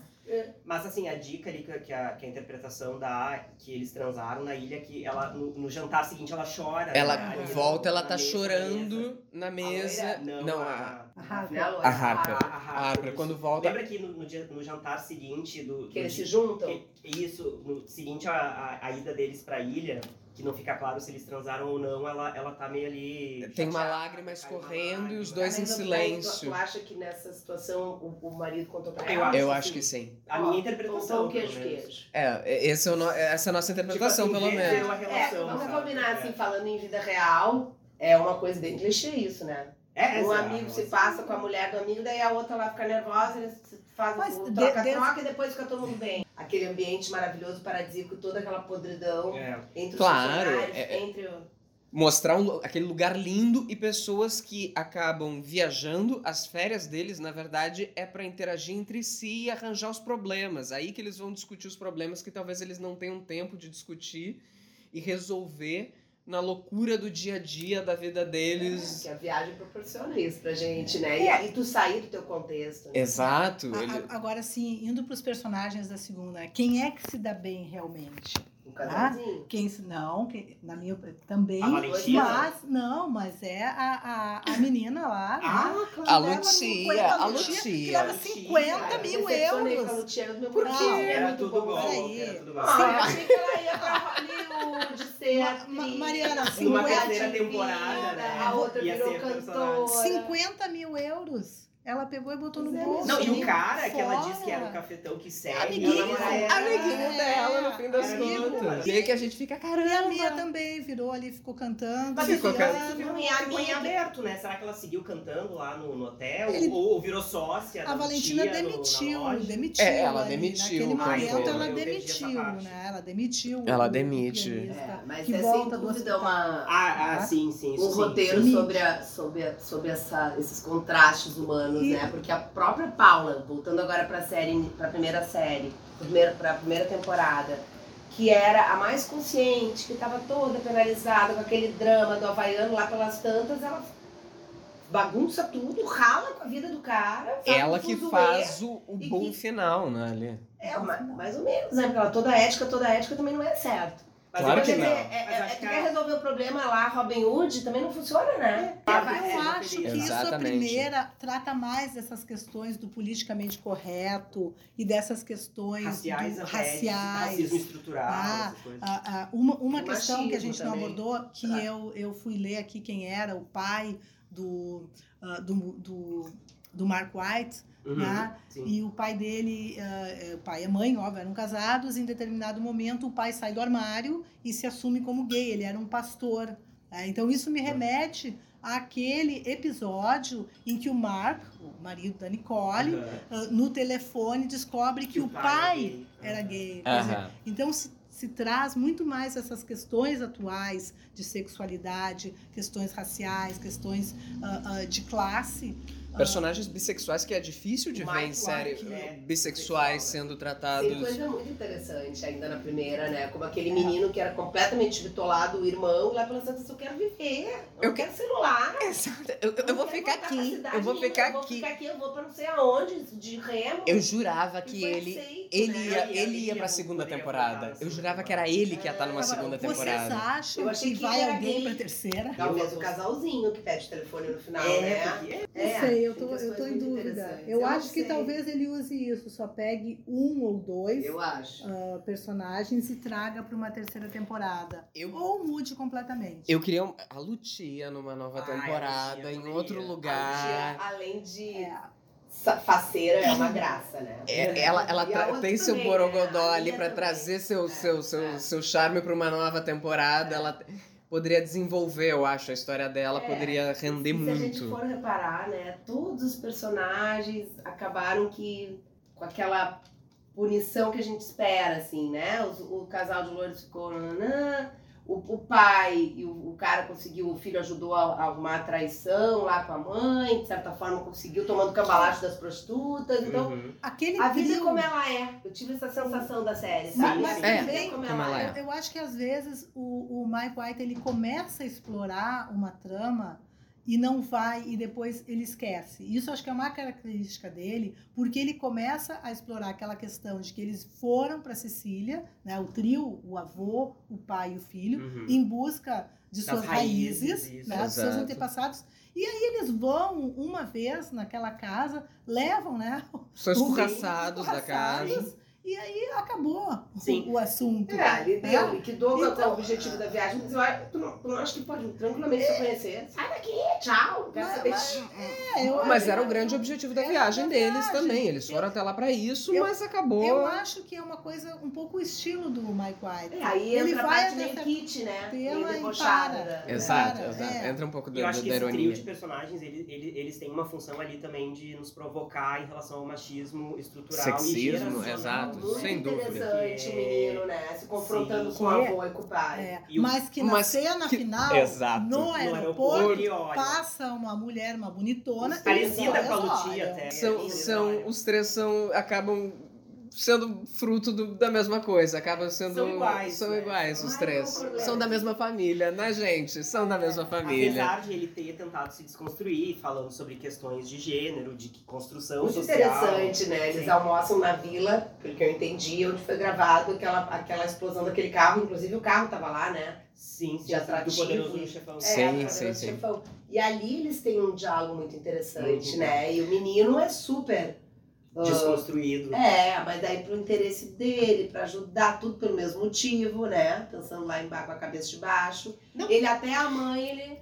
S2: Mas assim, a dica ali que, que a, que a interpretação dá, que eles transaram na ilha, que ela no, no jantar seguinte ela chora. né?
S3: Ela
S2: Ali,
S3: volta, ela
S2: na
S3: tá
S2: mesa, né?
S3: chorando na mesa.
S2: mesa.
S3: Não, a,
S5: A
S4: Né,
S5: Harper.
S4: Loira?
S3: a Harper.
S2: a- a
S3: a Harper, quando volta.
S2: Lembra que no, no dia- no jantar seguinte do.
S4: Que
S2: do
S4: eles se
S2: dia-
S4: juntam.
S2: que- Isso, no seguinte a, a, a ida deles pra ilha, que não fica claro se eles transaram ou não, ela, ela tá meio ali.
S3: Tem uma
S2: chateada,
S3: lágrima
S2: cai uma
S3: escorrendo e os
S2: lágrima.
S3: dois em
S4: Mas, André,
S3: silêncio.
S4: Tá Tu, tu acha que nessa situação o, o marido contou pra
S2: Eu
S4: ela?
S3: Eu
S2: acho
S3: acho
S2: que
S3: que sim.
S2: A
S4: Ó,
S2: minha interpretação.
S4: Ou queijo,
S2: pelo menos.
S4: queijo.
S3: É, esse é o no- essa é a nossa interpretação,
S2: Tipo assim,
S3: pelo
S2: venceu
S3: menos.
S2: a relação.
S4: é, vamos
S2: sabe?
S4: combinar,
S2: É.
S4: assim, falando em vida real, é uma coisa bem clichê isso, né?
S2: É,
S4: um
S2: essa é a
S4: amigo se
S2: relação.
S4: passa com a mulher do amigo, daí a outra lá fica nervosa, eles fazem
S5: Mas
S4: o
S5: de-
S4: troca-troca
S5: dentro-
S4: e depois fica todo mundo bem. Aquele ambiente maravilhoso, paradisíaco, toda aquela podridão
S2: É.
S4: entre os
S3: Claro,
S4: funcionários,
S3: é- é-
S4: entre o...
S3: Mostrar um lu- aquele lugar lindo e pessoas que acabam viajando, as férias deles, na verdade, é pra interagir entre si e arranjar os problemas. Aí que eles vão discutir os problemas que talvez eles não tenham tempo de discutir e resolver na loucura do dia a dia da vida deles.
S4: É, que a viagem proporciona isso pra gente, né? E,
S5: É.
S4: aí tu sair do teu contexto. né?
S3: Exato.
S5: A-
S3: ele-
S5: a- Agora sim, indo para os personagens da segunda, quem é que se dá bem realmente?
S4: Um
S5: Ah,
S4: casalzinho.
S5: Quem se não? Quem, na minha também.
S2: A Valentina?
S5: Mas não, mas é a, a, a menina lá. né?
S2: Ah,
S5: Que
S3: A
S5: leva
S3: Lucia,
S5: 50
S3: a
S5: mil- Que
S3: Lucia.
S5: leva 50
S4: Cara, eu
S5: mil
S4: decepcionei com a
S5: euros.
S4: Luciana do meu
S5: Por
S4: coração,
S5: quê?
S4: é
S2: Era
S4: muito
S2: tudo
S4: bom.
S2: bom.
S5: peraí.
S2: Era tudo bom.
S4: Ah, eu achei que ela ia pra Hollywood ser
S5: Ma-
S4: atriz.
S5: Ma- Mariana,
S4: ser
S5: Uma
S2: terceira
S4: divina,
S2: temporada, né?
S4: A outra
S2: Ia
S4: virou
S2: ser a personagem.
S4: cantora.
S5: 50 mil euros. Ela pegou e botou no
S4: Pois é,
S5: bolso.
S2: Não, e o
S5: nem
S2: cara que ela
S5: fora.
S2: disse que era o cafetão que segue,
S5: Amiguinho,
S2: ela era-
S3: Amiguinho
S5: É,
S3: dela, no fim das
S5: amigo.
S3: contas. E aí que a gente fica, caramba.
S5: E a Mia também virou ali, ficou cantando.
S2: Mas
S3: Ficou
S2: isso
S3: cara-
S2: ela-
S4: Não, e a
S2: ficou em
S4: minha-
S2: aberto, né? Será que ela seguiu cantando lá no, no hotel?
S5: Ele-
S2: Ou, ou virou sócia?
S5: A
S2: da
S5: Valentina
S2: tia, no- na
S5: demitiu,
S2: loja?
S5: demitiu.
S3: É, ela
S5: ali.
S3: demitiu
S5: Naquele
S3: o
S5: momento
S3: cantor.
S5: ela
S2: Eu perdi essa
S5: demitiu,
S2: parte.
S5: né? Ela demitiu.
S3: Ela
S5: o tá?
S3: demite.
S5: pianista
S4: É, mas
S5: que
S4: é sem
S5: volta do
S4: dúvida
S5: hospital.
S4: uma,
S2: Ah, ah, sim, sim.
S4: um
S2: isso sim.
S4: roteiro
S5: sim.
S4: sobre, a- sobre, a- sobre essa- esses contrastes humanos,
S5: E-
S4: né? Porque a própria Paula, voltando agora pra série, pra primeira série, primeira, pra primeira temporada, que era a mais consciente, que estava toda penalizada com aquele drama do Havaiano lá pelas tantas, ela bagunça tudo, rala com a vida do cara. faz
S3: Ela
S4: um
S3: que
S4: fuzuê.
S3: faz o, o
S4: e
S3: bom
S4: que-
S3: final, né, ali.
S4: É, ma- mais ou menos, né? Porque ela toda ética, toda ética também não é certo.
S2: Mas
S3: Claro
S2: eu
S3: que
S2: quero
S4: Quer
S3: não.
S2: dizer,
S4: dizer, é-
S2: Mas
S4: é-
S2: acho
S4: tu
S2: que
S4: quer
S2: a-
S4: resolver o problema lá, Robin Hood, também não funciona, né?
S2: É,
S5: Eu
S2: é,
S5: acho que isso, a
S3: Exatamente.
S5: primeira, trata mais dessas questões do politicamente correto e dessas questões
S2: Raciais, até,
S5: do- um raciais.
S2: racismo estrutural,
S5: Ah,
S2: essas coisas.
S5: Ah, ah, uma uma
S4: O
S5: questão que a gente não
S4: machismo
S5: abordou, que
S4: Tá.
S5: eu, eu fui ler aqui quem era o pai do, ah, do, do, do Mark White,
S2: Uhum,
S5: né?
S2: sim.
S5: E o pai dele, ah, eh, o pai e a mãe, óbvio, eram casados. Em determinado momento, o pai sai do armário e se assume como gay. Ele era um pastor. né? Então, isso me remete àquele episódio em que o Mark, o marido da Nicole,
S2: Aham.
S5: ah, no telefone descobre que, o pai era gay.
S3: é.
S5: Quer dizer,
S3: Aham.
S5: então se, se traz muito mais essas questões atuais de sexualidade, questões raciais, questões ah, ah, de classe.
S3: Personagens bissexuais que é difícil de
S2: O
S3: ver em
S2: Mike
S3: série.
S2: White é
S3: bissexuais
S2: bissexual,
S3: sendo
S4: Tem
S3: tratados.
S4: coisa muito interessante ainda na primeira, né? Como aquele menino que era completamente vitolado, o irmão, lá pela Santa, eu quero viver, eu,
S3: Eu
S4: quero celular.
S3: Exato. Eu, eu
S4: não
S3: vou
S4: quero
S3: ficar
S4: voltar pra
S3: aqui.
S4: cidade
S3: Eu vou
S4: nenhuma,
S3: ficar
S4: Eu vou
S3: aqui.
S4: ficar aqui, eu vou pra não sei aonde, de remo.
S3: Eu jurava
S4: E
S3: que
S4: foi
S3: ele.
S4: aceito,
S3: Ele
S4: né?
S3: ia,
S2: Ele ia-
S3: ele ia pra
S2: ele
S3: segunda
S2: poderia voltar
S3: temporada.
S2: na
S3: Eu
S2: segunda temporada.
S3: jurava que era ele que ia estar numa
S4: Agora,
S3: segunda
S5: Vocês
S3: temporada.
S5: acham
S4: Eu achei
S5: que
S4: que
S5: vai
S4: era
S5: alguém
S4: gay.
S5: para terceira?
S4: Talvez o casalzinho que pede o telefone no final,
S2: É,
S4: né?
S2: porque é,
S5: Não sei, eu tô,
S4: tem
S5: eu tô
S4: questões
S5: em
S4: muito
S5: dúvida.
S4: interessantes.
S5: Eu,
S4: não
S5: acho que
S4: sei.
S5: talvez ele use isso, só pegue um ou dois
S4: Eu acho.
S5: ah, personagens e traga para uma terceira temporada.
S3: Eu,
S5: Ou mude completamente.
S3: eu queria um- a Lutia numa nova
S2: Ai, a
S3: temporada,
S2: Lucia
S3: em
S2: poderia.
S3: outro
S2: A Lucia-
S3: lugar.
S4: Tia, além de
S5: É.
S4: sa- faceira, é uma graça, né?
S3: É, ela ela
S4: E a
S3: tra-
S4: outra
S3: tem seu
S4: também, né?
S3: borogodó
S4: A
S3: ali
S4: minha
S3: pra
S4: também.
S3: trazer seu,
S4: É,
S3: seu, seu,
S4: é.
S3: seu charme pra uma nova temporada. Ela te- poderia desenvolver, eu acho, a história dela
S4: É.
S3: poderia render
S4: se Se a
S3: muito.
S4: gente for reparar, né, todos os personagens acabaram que com aquela punição que a gente espera, assim, né? Os- O, casal de loiros ficou nananã, o, o pai e o, o cara conseguiu, o filho ajudou a, a arrumar a traição lá com a mãe, de certa forma conseguiu tomando cambalacho das prostitutas. Então,
S3: Uhum.
S5: Aquele
S4: a vida é
S5: trio-
S4: como ela é. Eu tive essa sensação da série,
S5: Sim,
S4: sabe?
S5: mas
S4: A
S5: É,
S4: vida como ela, é.
S5: Eu- Eu acho que às vezes o, o Mike White ele começa a explorar uma trama e não vai e depois ele esquece. Isso eu acho que é uma característica dele, porque ele começa a explorar aquela questão de que eles foram para Sicília, né, o trio, o avô, o pai e o filho,
S3: Uhum.
S5: em busca de
S3: Das
S5: suas
S3: raízes,
S5: raízes,
S3: isso,
S5: né, dos seus
S3: exato.
S5: antepassados. E aí eles vão uma vez naquela casa, levam, né,
S3: São
S5: os
S3: escorraçados da casa.
S5: escorraçados, E aí acabou
S2: Sim.
S5: o, o assunto. né.
S4: É, ali deu, liquidou é o
S5: Então-
S4: o objetivo da viagem, mas eu, acho- tu, não, tu não acha que pode tranquilamente se conhecer? Sai daqui, tchau, não quero
S5: Mas-
S4: saber de
S5: mas-
S4: ti.
S5: É, eu-
S3: Mas era o grande objetivo da
S5: Era
S3: viagem
S5: da
S3: deles
S5: viagem.
S3: também. Eles foram até lá pra isso,
S5: eu-
S3: mas acabou.
S5: Eu acho que é uma coisa um pouco o estilo do Mike White.
S4: É, aí
S5: Ele
S4: entra a
S5: vai
S4: parte
S5: até
S4: meio
S5: essa
S4: kit, né? Meio
S5: tela e
S4: debochada. né?
S5: para.
S3: Exato,
S5: Cara,
S3: exato.
S5: é.
S3: Entra um pouco
S2: Eu
S3: da,
S2: acho
S3: da
S2: que esse trio
S3: ironia.
S2: de personagens, ele, ele- eles têm uma função ali também de nos provocar em relação ao machismo estrutural e
S3: Sexismo,
S2: geracional.
S3: exato,
S4: Muito
S3: sem dúvida.
S4: interessante o menino, né? Se confrontando
S2: Sim.
S4: com o
S5: Que-
S4: avô e com o pai.
S5: É,
S2: E o-
S5: mas que na
S3: mas
S5: cena
S3: que-
S5: final,
S3: Exato.
S5: no
S2: No
S5: aeroporto,
S2: ele olha,
S5: passa uma mulher, uma bonitona. e
S2: parecida
S5: eles
S2: com a né? Lutia
S5: olham.
S2: até.
S3: São,
S2: É, Eles
S3: são,
S2: olham.
S3: os três são, acabam sendo fruto do- da mesma coisa. Acabam sendo.
S2: São iguais,
S3: São
S2: né?
S3: iguais, os
S4: Ai,
S3: três.
S4: não, problema.
S3: São da mesma família, né, gente? São da mesma família.
S2: Apesar de ele ter tentado se desconstruir, falando sobre questões de gênero, de que construção
S4: Muito
S2: social.
S4: interessante, né? Eles
S2: Sim.
S4: almoçam na vila, pelo que eu entendi, onde foi gravado aquela, aquela explosão daquele carro. Inclusive o carro tava lá, né?
S2: Sim, sim,
S4: De atrativo.
S2: do poderoso chefão.
S4: É,
S3: Sim,
S4: Poderoso
S3: sim, sim.
S4: Chefão. E ali eles têm um diálogo muito interessante,
S2: Muito.
S3: Uhum.
S4: né? E o menino é super. ah,
S2: Desconstruído.
S4: é, mas daí pro interesse dele, pra ajudar, tudo pelo mesmo motivo, né? Pensando lá embaixo com a cabeça de baixo.
S3: Não.
S4: Ele até a mãe, ele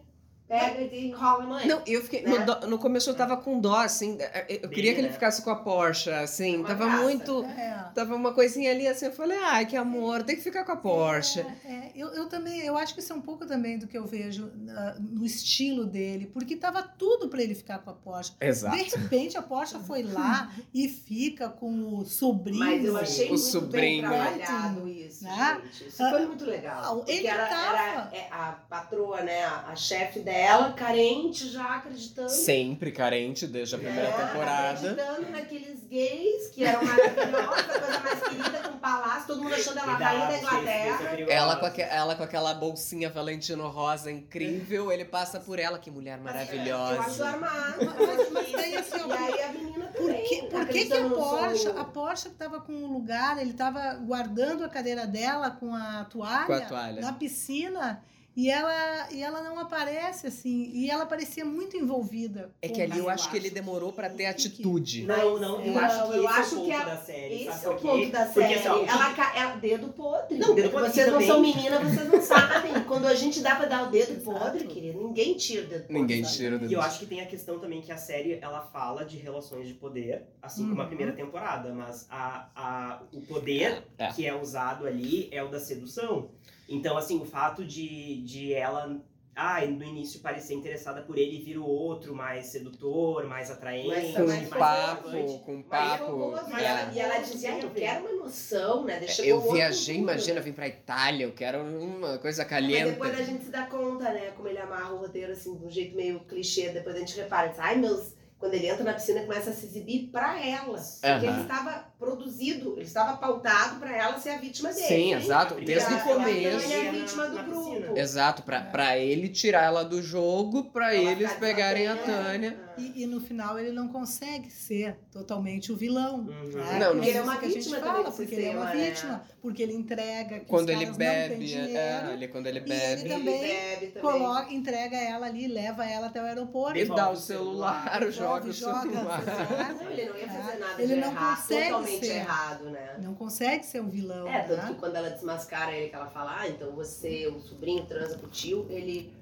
S4: pega e enrola a mãe.
S3: Não, eu fiquei. No,
S4: Né?
S3: dó- no começo eu tava com dó, assim. Eu queria
S2: Bem,
S3: que ele
S2: né?
S3: ficasse com a Porsche, assim.
S4: Uma
S3: tava
S4: graça.
S3: muito.
S5: É.
S3: Tava uma coisinha ali assim, eu falei, ai, que amor, tem que ficar com a Porsche.
S5: É, é, eu, eu também, eu acho que isso é um pouco também do que eu vejo ah, no estilo dele, porque tava tudo pra ele ficar com a Porsche.
S3: Exato.
S5: De repente a Porsche foi lá e fica com o sobrinho.
S4: Mas eu achei
S3: O
S4: muito
S3: sobrinho.
S4: bem trabalhado isso,
S5: Né?
S4: gente. Isso foi muito legal.
S5: Ah, ele
S4: Porque era,
S5: tava-
S4: era é, a patroa, né? A, a chefe dela, carente já acreditando.
S3: Sempre carente desde a primeira
S4: né,
S3: temporada.
S4: Acreditando naqueles gays que eram maravilhosos, a coisa mais querida, com palácio, todo mundo achando ela a rainha da Inglaterra.
S3: Ela com, aque- ela com aquela bolsinha Valentino Rosa incrível, ele passa por ela, que mulher
S4: é, Eu acho
S3: maravilhosa.
S4: armado.
S5: Mas- mas daí, assim, ó,
S4: e aí a menina
S5: Por
S4: também.
S5: que, por que, que
S4: acreditando
S5: a
S4: no
S5: Porsche,
S4: sonho.
S5: a Porsche estava com o lugar, ele estava guardando a cadeira dela com a toalha,
S3: Com a toalha.
S5: na piscina e ela, e ela não aparece assim. E ela parecia muito envolvida.
S3: É
S5: com
S3: que ali
S5: o
S3: eu acho que ele
S5: relato.
S3: demorou pra ter
S5: Que-
S3: atitude.
S2: Não, não, eu
S4: Não,
S2: acho que
S4: eu
S2: esse
S4: acho
S2: é o
S4: que
S2: ponto
S4: a-
S2: da série.
S4: Esse
S2: sabe
S4: é o
S2: por quê?
S4: ponto da série.
S2: Porque, assim, ó, o
S4: ela ca- é dedo podre.
S2: Não, dedo podre,
S4: Vocês
S2: e
S4: não
S2: também-
S4: são menina, vocês não sabem. Quando a gente dá pra dar o dedo podre, querida, ninguém tira o dedo podre.
S3: Ninguém
S4: sabe?
S3: tira do
S2: tipo, E eu acho que tem a questão também que a série ela fala de relações de poder, assim como a
S5: Uhum.
S2: primeira temporada, mas a, a, o poder
S3: É.
S2: que é usado ali é o da sedução. Então, assim, o fato de, de ela, ah, no início parecer interessada por ele e vir o outro mais sedutor, mais atraente,
S4: Mas
S3: com
S4: também
S2: mais
S4: um
S3: Então, papo,
S2: relevante.
S3: com
S4: Mas é
S3: papo.
S4: horroroso,
S2: Mas
S4: e ela-
S3: é.
S2: ela-
S4: E ela dizia, "Ah, eu quero uma noção, né? Deixa
S3: Eu
S4: com o
S3: viajei,
S4: outro mundo,
S3: imagina,
S4: né?"
S3: eu vim pra Itália, eu quero uma coisa
S4: Mas
S3: caliente.
S4: depois a gente se dá conta, né? Como ele amarra o roteiro, assim, de um jeito meio clichê. Depois a gente repara, diz, ai, meus... Quando ele entra na piscina, começa a se exibir pra ela. Porque
S3: Aham.
S4: ele estava produzido, ele estava pautado pra ela ser a vítima dele.
S3: Sim, exato,
S2: A
S3: desde o
S2: primeira- ela- ela-
S3: começo.
S4: Ele é
S2: Na-
S4: vítima do
S2: na
S4: grupo.
S2: piscina.
S3: Exato, pra, pra ele tirar ela do jogo, pra
S4: Ela
S3: eles
S4: ficar
S3: pegarem a
S4: desatenta.
S3: Tânia.
S4: E-
S5: E, e no final ele não consegue ser totalmente o vilão.
S2: Uhum.
S5: né?
S3: Não, não.
S5: Porque
S4: Ele é uma
S5: isso que a gente
S4: vítima
S5: fala,
S4: também do
S5: porque ele é uma
S4: sistema, né?
S5: vítima, porque ele entrega que os
S3: Quando ele
S5: caras não têm
S3: bebe,
S5: dinheiro,
S3: é, ele, quando ele
S5: E
S3: bebe.
S5: ele também
S4: bebe também.
S5: coloca, entrega ela ali, leva ela até tá o aeroporto.
S3: Ele
S2: Devolve
S3: dá o
S2: o
S3: celular,
S5: devolve,
S3: joga o
S5: joga,
S3: celular.
S5: exato.
S4: Não, ele não ia fazer nada
S5: Ele
S4: de
S5: não
S4: errado,
S5: consegue
S4: totalmente
S5: ser.
S4: errado, né?
S5: Não consegue ser um vilão.
S4: É, tanto
S5: né?
S4: que quando ela desmascara ele, que ela fala, ah, então você, o sobrinho transa com o tio, ele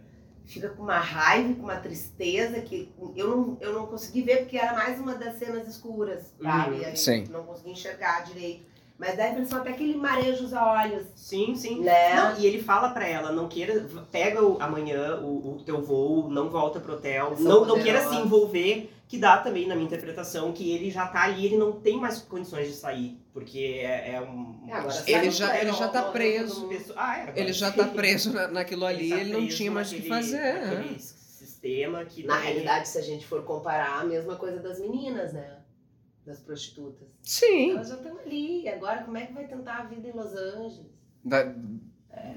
S4: fica com uma raiva, com uma tristeza que eu não, eu não consegui ver porque era mais uma das cenas escuras, sabe?
S2: Uhum,
S4: Aí
S3: sim.
S4: Não consegui enxergar direito. Mas dá a impressão até que ele mareja os olhos,
S2: Sim, sim.
S4: né?
S2: Não, e ele fala pra ela, não queira, v- pega o- amanhã o, o teu voo, não volta pro hotel,
S4: Eles são
S2: não, não queira
S4: poderosos.
S2: se envolver, que dá também na minha interpretação que ele já tá ali, ele não tem mais condições de sair, porque é, é um...
S4: É, agora
S2: uma-
S3: Ele
S4: Sai
S3: já,
S4: fora,
S3: ele já
S4: não,
S3: tá
S4: não,
S3: preso.
S2: pessoa- Ah, é, agora
S3: Ele já tá preso na- naquilo ali,
S2: tá
S3: ele não
S2: preso
S3: tinha mais o que
S2: naquele-
S3: fazer.
S2: naquele
S3: é.
S2: sistema que
S4: Na
S2: também-
S4: realidade, se a gente for comparar, a mesma coisa das meninas, né? Das prostitutas.
S3: Sim.
S4: Elas já estão ali. e Agora, como é que vai tentar a vida em Los Angeles?
S3: Vai,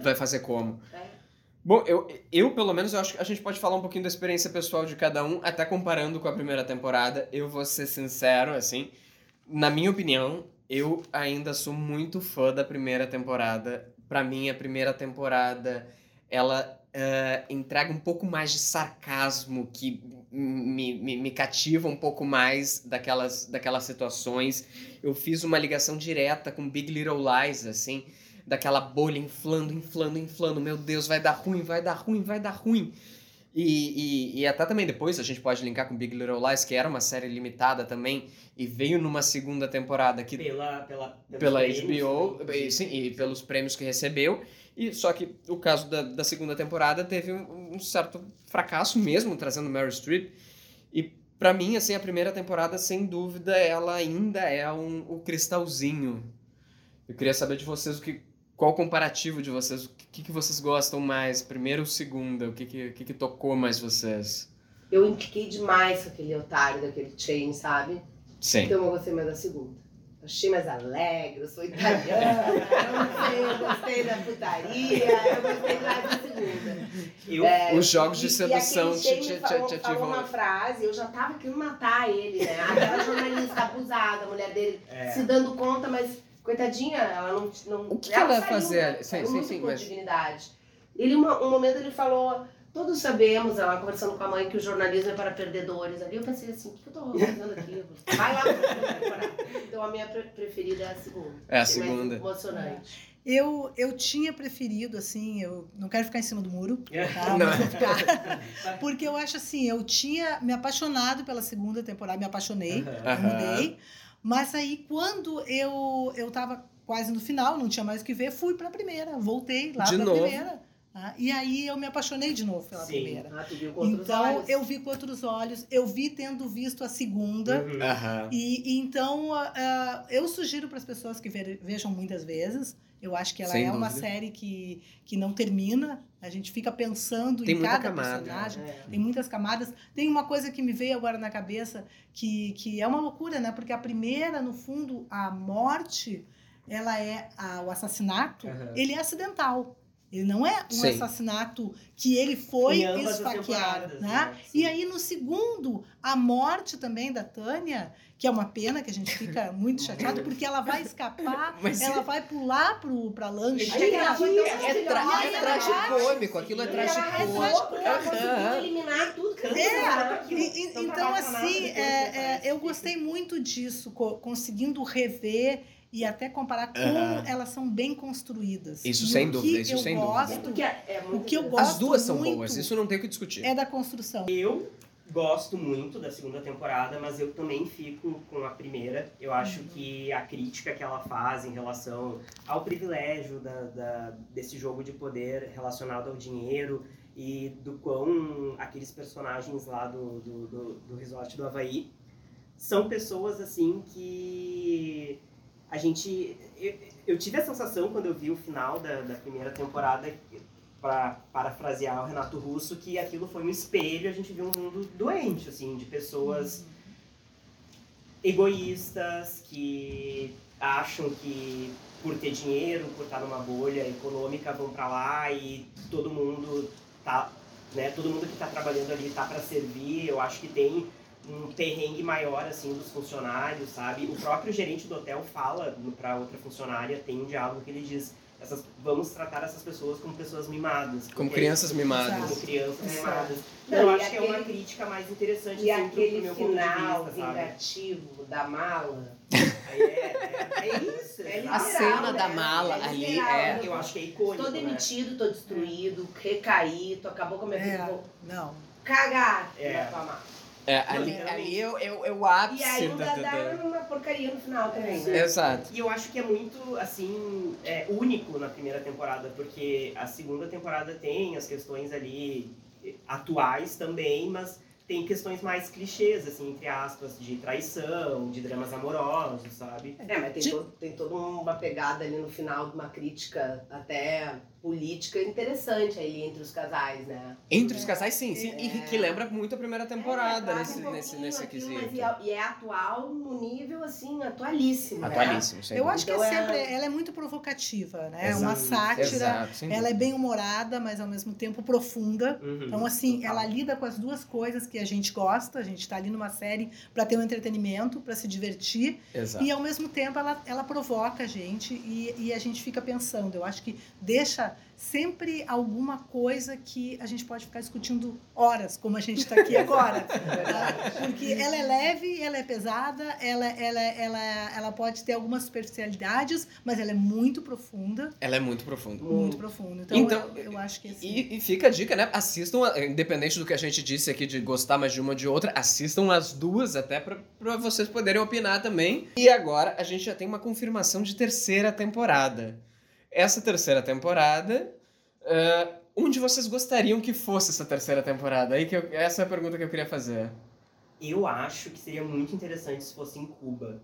S3: vai fazer como?
S4: É.
S3: Bom, eu, eu pelo menos eu acho que a gente pode falar um pouquinho da experiência pessoal de cada um, até comparando com a primeira temporada. Eu vou ser sincero, assim, na minha opinião, eu ainda sou muito fã da primeira temporada. Pra mim, a primeira temporada ela eh, entrega um pouco mais de sarcasmo que me, me, me cativa um pouco mais daquelas, daquelas situações. Eu fiz uma ligação direta com Big Little Lies, assim, daquela bolha inflando, inflando, inflando. Meu Deus, vai dar ruim, vai dar ruim, vai dar ruim. E, e, e até também depois a gente pode linkar com Big Little Lies, que era uma série limitada também, e veio numa segunda temporada que
S2: Pela, pela, pelos
S3: pela
S2: prêmios,
S3: HBO,
S2: né?
S3: e, sim, e pelos prêmios que recebeu. E só que o caso da, da segunda temporada teve um, um certo fracasso mesmo, trazendo Meryl Streep. E pra mim, assim, a primeira temporada, sem dúvida, ela ainda é um, o cristalzinho. Eu queria saber de vocês o que, qual o comparativo de vocês, o que, que vocês gostam mais, primeira ou segunda, o que, que, o que, que tocou mais vocês?
S4: Eu impliquei demais com aquele otário daquele chain, sabe?
S3: Sim.
S4: Então eu gostei mais da segunda. Achei mais alegre, eu sou italiana, eu, sei, eu gostei da putaria, eu gostei mais da segunda. É,
S2: Eu,
S5: É.
S3: Os jogos de sedução
S4: te,
S3: te-
S4: te,
S3: te- te-
S4: falou,
S3: te né? ativam-
S4: falou uma frase, eu já tava querendo matar ele, né? Aquela jornalista abusada, a mulher dele,
S2: é,
S4: se dando conta, mas coitadinha, ela não. não
S3: O que que ela ia
S4: saiu,
S3: fazer?
S4: né?
S3: Sim,
S4: Saiu
S3: sim,
S4: muito
S3: sim,
S4: com
S3: mas-
S4: dignidade. Ele, uma- um momento, ele falou. Todos sabemos, ela conversando com a mãe, que o jornalismo é para perdedores. Ali eu pensei assim, o que que eu tô fazendo aqui? Vai lá, procurar. Então a minha pre- preferida é a segunda.
S3: É a
S4: Achei mais
S3: segunda.
S4: emocionante.
S5: Eu, eu tinha preferido, assim, eu não quero ficar em cima do muro, tá?
S3: Não.
S5: Mas vou
S3: Ah.
S5: ficar. Porque eu acho assim, eu tinha me apaixonado pela segunda temporada, me apaixonei,
S2: Aham.
S5: eu mudei. Mas aí, quando eu, eu tava quase no final, não tinha mais o que ver, fui pra primeira, voltei lá
S3: De
S5: pra
S3: novo.
S5: primeira. tá? E aí eu me apaixonei de novo pela
S2: Sim.
S5: primeira.
S4: Ah, tu viu com outros
S5: Então,
S4: olhos.
S5: eu vi com outros olhos, eu vi tendo visto a segunda.
S2: Uhum.
S3: Aham.
S5: E, e então, ah, ah, eu sugiro para as pessoas que ver- vejam muitas vezes. Eu acho que ela
S3: Sem
S5: é uma
S3: dúvida.
S5: série que, que não termina. A gente fica pensando
S3: Tem
S5: em
S3: muita
S5: cada
S3: camada.
S5: personagem.
S2: né?
S4: É.
S5: Tem muitas camadas. Tem uma coisa que me veio agora na cabeça que, que é uma loucura, né? Porque a primeira, no fundo, a morte, ela é a- o assassinato,
S2: Aham.
S5: ele é acidental. Ele não é um
S3: Sim.
S5: assassinato que ele foi
S2: Em ambas as
S5: esfaqueado,
S2: temporadas,
S5: né?
S2: né?
S5: E aí no segundo, a morte também da Tânia, que é uma pena que a gente fica muito chateado, porque ela vai escapar,
S3: Mas-
S5: ela vai pular pro, pra lancha.
S4: Aí ela foi tão
S3: É, tra
S4: maravilhosa,
S3: é
S4: né?
S3: tragicômico, aquilo é
S2: Ela
S4: E ela
S3: tragicômico.
S4: arrasou, porque ela conseguiu
S3: Aham.
S4: eliminar tudo. cancelar
S5: É,
S4: aquilo.
S5: e- e-
S4: Não
S5: então
S4: trabalha com nada
S5: assim,
S4: depois né,
S5: é,
S4: dessa
S5: é,
S4: vez.
S5: eu gostei muito disso, co- conseguindo rever e até comparar como
S3: Aham.
S5: elas são bem construídas.
S3: Isso
S5: E o
S3: sem
S5: que
S3: dúvida, isso
S5: eu
S3: sem dúvida.
S4: É
S5: gosto
S4: porque é- é muito
S5: O que eu
S4: interessante.
S5: gosto
S3: As duas são
S5: muito.
S3: boas, isso não tem o que discutir.
S5: é da construção.
S2: Eu gosto muito da segunda temporada, mas eu também fico com a primeira. Eu acho
S5: Uhum.
S2: que a crítica que ela faz em relação ao privilégio da, da- desse jogo de poder relacionado ao dinheiro e do quão aqueles personagens lá do, do, do, do resort do Havaí são pessoas assim que a gente. Eu, eu tive a sensação quando eu vi o final da, da primeira temporada para parafrasear o Renato Russo, que aquilo foi um espelho, a gente viu um mundo doente, assim, de pessoas egoístas, que acham que por ter dinheiro, por estar numa bolha econômica, vão para lá e todo mundo tá, né, todo mundo que tá trabalhando ali tá para servir. Eu acho que tem um perrengue maior assim dos funcionários, sabe? O próprio gerente do hotel fala para outra funcionária, tem um diálogo que ele diz: essas, vamos tratar essas pessoas como pessoas mimadas,
S3: Como
S2: porque-
S3: crianças mimadas.
S2: como crianças
S4: Exato.
S2: mimadas. Não,
S4: Não,
S2: eu
S4: e
S2: acho que é uma
S4: aquele-
S2: crítica mais interessante
S4: E
S2: assim, pro- pro
S4: aquele
S2: meu ponto de
S4: final
S2: vista, sabe?
S4: vingativo da mala.
S2: Aí é, é, é isso.
S4: É
S2: exato.
S3: A cena
S4: né?
S3: da mala
S4: É
S3: ali
S4: literal,
S3: é.
S4: né?
S2: Eu acho que é icônico.
S4: Tô demitido, tô É. destruído, recaí, tu acabou com a minha
S5: É.
S4: vida. vou
S5: Não.
S4: Cagar
S2: É.
S4: na tua mala.
S3: É, ali
S2: Não,
S3: ali é, o- é o- é o ápice.
S4: E ainda
S3: da- da-
S4: dá é uma porcaria no final também, né?
S3: Exato.
S2: E eu acho que é muito, assim, é, único na primeira temporada, porque a segunda temporada tem as questões ali eh, atuais também, mas tem questões mais clichês, assim, entre aspas, de traição, de dramas amorosos, sabe?
S4: É, mas tem,
S3: De-
S4: todo- tem toda uma pegada ali no final de uma crítica até política interessante ali entre os casais, né?
S3: Entre os casais, sim, sim. E
S4: É.
S3: que lembra muito a primeira temporada
S4: É, traz
S3: nesse,
S4: um
S3: nesse,
S4: pouquinho
S3: nesse
S4: aquilo,
S3: quesito.
S4: mas e é- E é atual no nível, assim, atualíssimo, né?
S3: Atualíssimo, sem
S5: Eu acho que é
S4: Então é-
S5: sempre, ela é muito provocativa, né? É uma
S2: Exato.
S5: sátira.
S3: Exato, sem
S5: Ela
S3: dúvida.
S5: é bem humorada, mas ao mesmo tempo profunda.
S2: Uhum.
S5: Então, assim, ela lida com as duas coisas que a gente gosta. A gente tá ali numa série para ter um entretenimento, para se divertir.
S3: Exato.
S5: E ao mesmo tempo ela, ela provoca a gente e, e a gente fica pensando. Eu acho que deixa sempre alguma coisa que a gente pode ficar discutindo horas, como a gente está aqui agora. tá? Porque ela é leve, ela é pesada, ela, ela, ela, ela pode ter algumas superficialidades, mas ela é muito profunda.
S3: Ela é muito profunda.
S5: Muito profunda. Então,
S3: Então,
S5: eu, eu acho que assim,
S3: E, e fica a dica, né? Assistam, a- independente do que a gente disse aqui de gostar mais de uma ou de outra, assistam as duas até pra, pra vocês poderem opinar também. E agora a gente já tem uma confirmação de terceira temporada. Essa terceira temporada. ah, onde vocês gostariam que fosse essa terceira temporada? Aí que eu- essa é a pergunta que eu queria fazer.
S2: Eu acho que seria muito interessante se fosse em Cuba.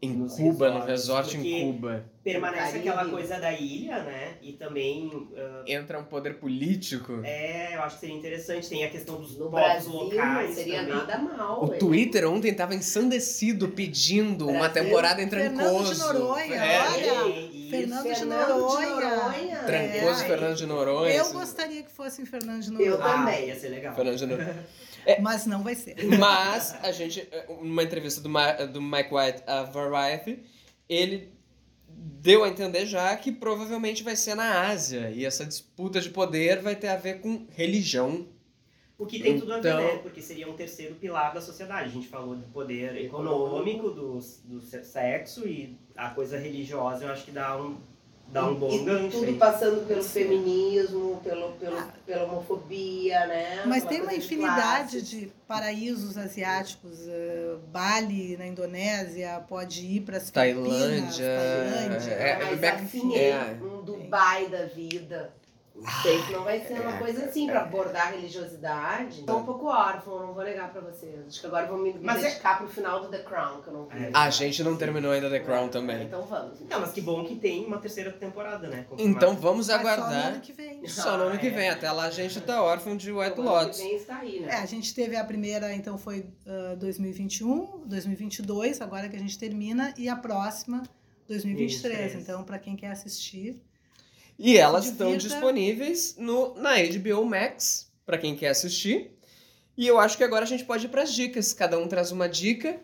S3: Em
S2: Nos
S3: Cuba, no
S2: resorts,
S3: resort
S2: porque-
S3: em Cuba.
S2: Permanece
S4: Caribe.
S2: aquela coisa da ilha, né? E também, ah,
S3: Entra um poder político.
S2: é, eu acho que seria interessante. Tem a questão dos
S4: No
S2: povos
S4: Brasil
S2: locais
S4: não seria
S2: também.
S4: nada mal. é.
S3: O
S4: hein?
S3: Twitter ontem tava ensandecido pedindo uma
S4: Brasil,
S3: temporada em
S5: Fernando
S3: Trancoso.
S5: de Noronha,
S3: É.
S5: olha.
S2: E- e
S5: Fernando de
S4: Fernando de
S5: Noronha.
S4: Noronha.
S3: Trancoso,
S5: É.
S3: Fernando de Noronha.
S5: eu
S3: esses-
S5: gostaria que fosse em Fernando de
S4: Eu
S5: Noronha,
S4: também.
S2: Ah, Ia ser legal.
S3: Fernando de Noronha. É.
S5: mas não vai ser.
S3: Mas a gente, eh, numa entrevista do, Ma- do Mike White à Variety, ele deu a entender já que provavelmente vai ser na Ásia e essa disputa de poder vai ter a ver com religião.
S2: O que tem tudo a ver,
S3: Então-
S2: né? Porque seria um terceiro pilar da sociedade. A gente falou do poder econômico, do, do se- sexo e a coisa religiosa, eu acho que dá um, dá um bom
S4: E
S2: gancho.
S4: Tudo
S2: aí.
S4: passando pelo feminismo, pelo, pelo, pela homofobia, né?
S5: Mas
S4: Pela
S5: tem uma
S4: coisa de
S5: infinidade
S4: classe.
S5: de paraísos asiáticos. eh, Bali, na Indonésia, pode ir para as Filipinas,
S3: Tailândia.
S5: Tailândia.
S3: É, é,
S4: mas
S3: back-
S4: assim,
S3: é.
S4: um Dubai da vida. Não
S3: Ah,
S4: sei se não vai ser
S3: é.
S4: uma coisa assim pra abordar a religiosidade. Tô um pouco órfão, não vou negar pra vocês. Acho que agora vou me
S2: Mas é-
S4: dedicar pro final do The Crown, que eu não vi.
S2: É.
S3: A gente não terminou ainda The Crown também.
S4: Então vamos.
S2: Não, mas que bom que tem uma terceira temporada, né? confirmada.
S3: Então vamos
S5: Mas Só no ano
S3: aguardar.
S5: que vem.
S3: Só no ano que vem.
S2: Ah, é.
S3: Até lá a gente tá órfão de White
S4: Então, O ano que
S3: Lotus.
S4: vem está aí,
S5: É, a
S4: né?
S5: gente teve a primeira, então foi ah, 2021, 2022, agora que a gente termina, e a próxima, 2023.
S4: é
S2: 23.
S5: Então, para quem quer assistir,
S3: E elas
S5: Se
S3: estão
S5: divirta.
S3: disponíveis no, na HBO Max, pra quem quer assistir. E eu acho que agora a gente pode ir pras dicas. Cada um traz uma dica.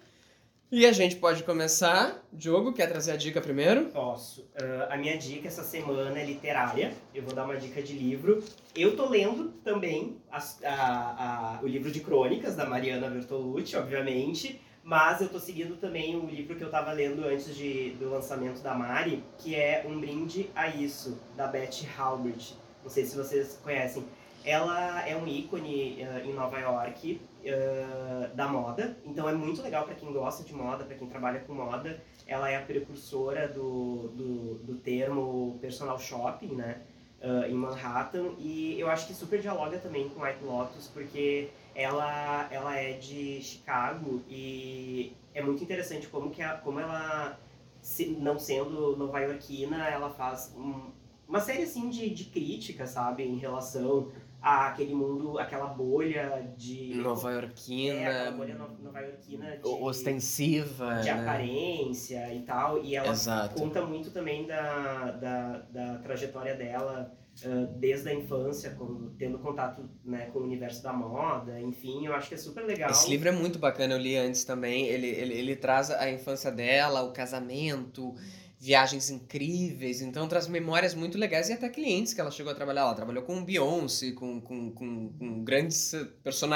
S3: E a gente pode começar. Diogo, quer trazer a dica primeiro?
S2: Posso. Ah, a minha dica essa semana é literária. Eu vou dar uma dica de livro. Eu tô lendo também as- a- a- o livro de crônicas da Mariana Bertolucci, obviamente. Mas eu tô seguindo também o livro que eu tava lendo antes de- do lançamento da Mari, que é Um Brinde a Isso, da Beth Halbert. Não sei se vocês conhecem. Ela é um ícone ah, em Nova York ah, da moda, então é muito legal pra quem gosta de moda, pra quem trabalha com moda ela é a precursora do, do, do termo personal shopping, né? ah, em Manhattan. E eu acho que super dialoga também com White Lotus, porque ela, ela é de Chicago e é muito interessante como, que a, como ela, se- não sendo nova-iorquina, ela faz um- uma série assim de, de crítica, sabe? Em relação àquele mundo, aquela bolha de... É, aquela bolha
S3: Yorkina,
S2: no- nova-iorquina de,
S3: ostensiva. né?
S2: de aparência e tal. E ela
S3: Exato.
S2: conta muito também da, da, da trajetória dela ah, desde a infância, com- tendo contato né, com o universo da moda, enfim, eu acho que é super legal.
S3: Esse livro é muito bacana, eu li antes também. Ele, ele, ele traz a infância dela, o casamento, viagens incríveis. Então traz memórias muito legais e até clientes que ela chegou a trabalhar. Ela trabalhou com Beyoncé, com, com, com, com grandes eh,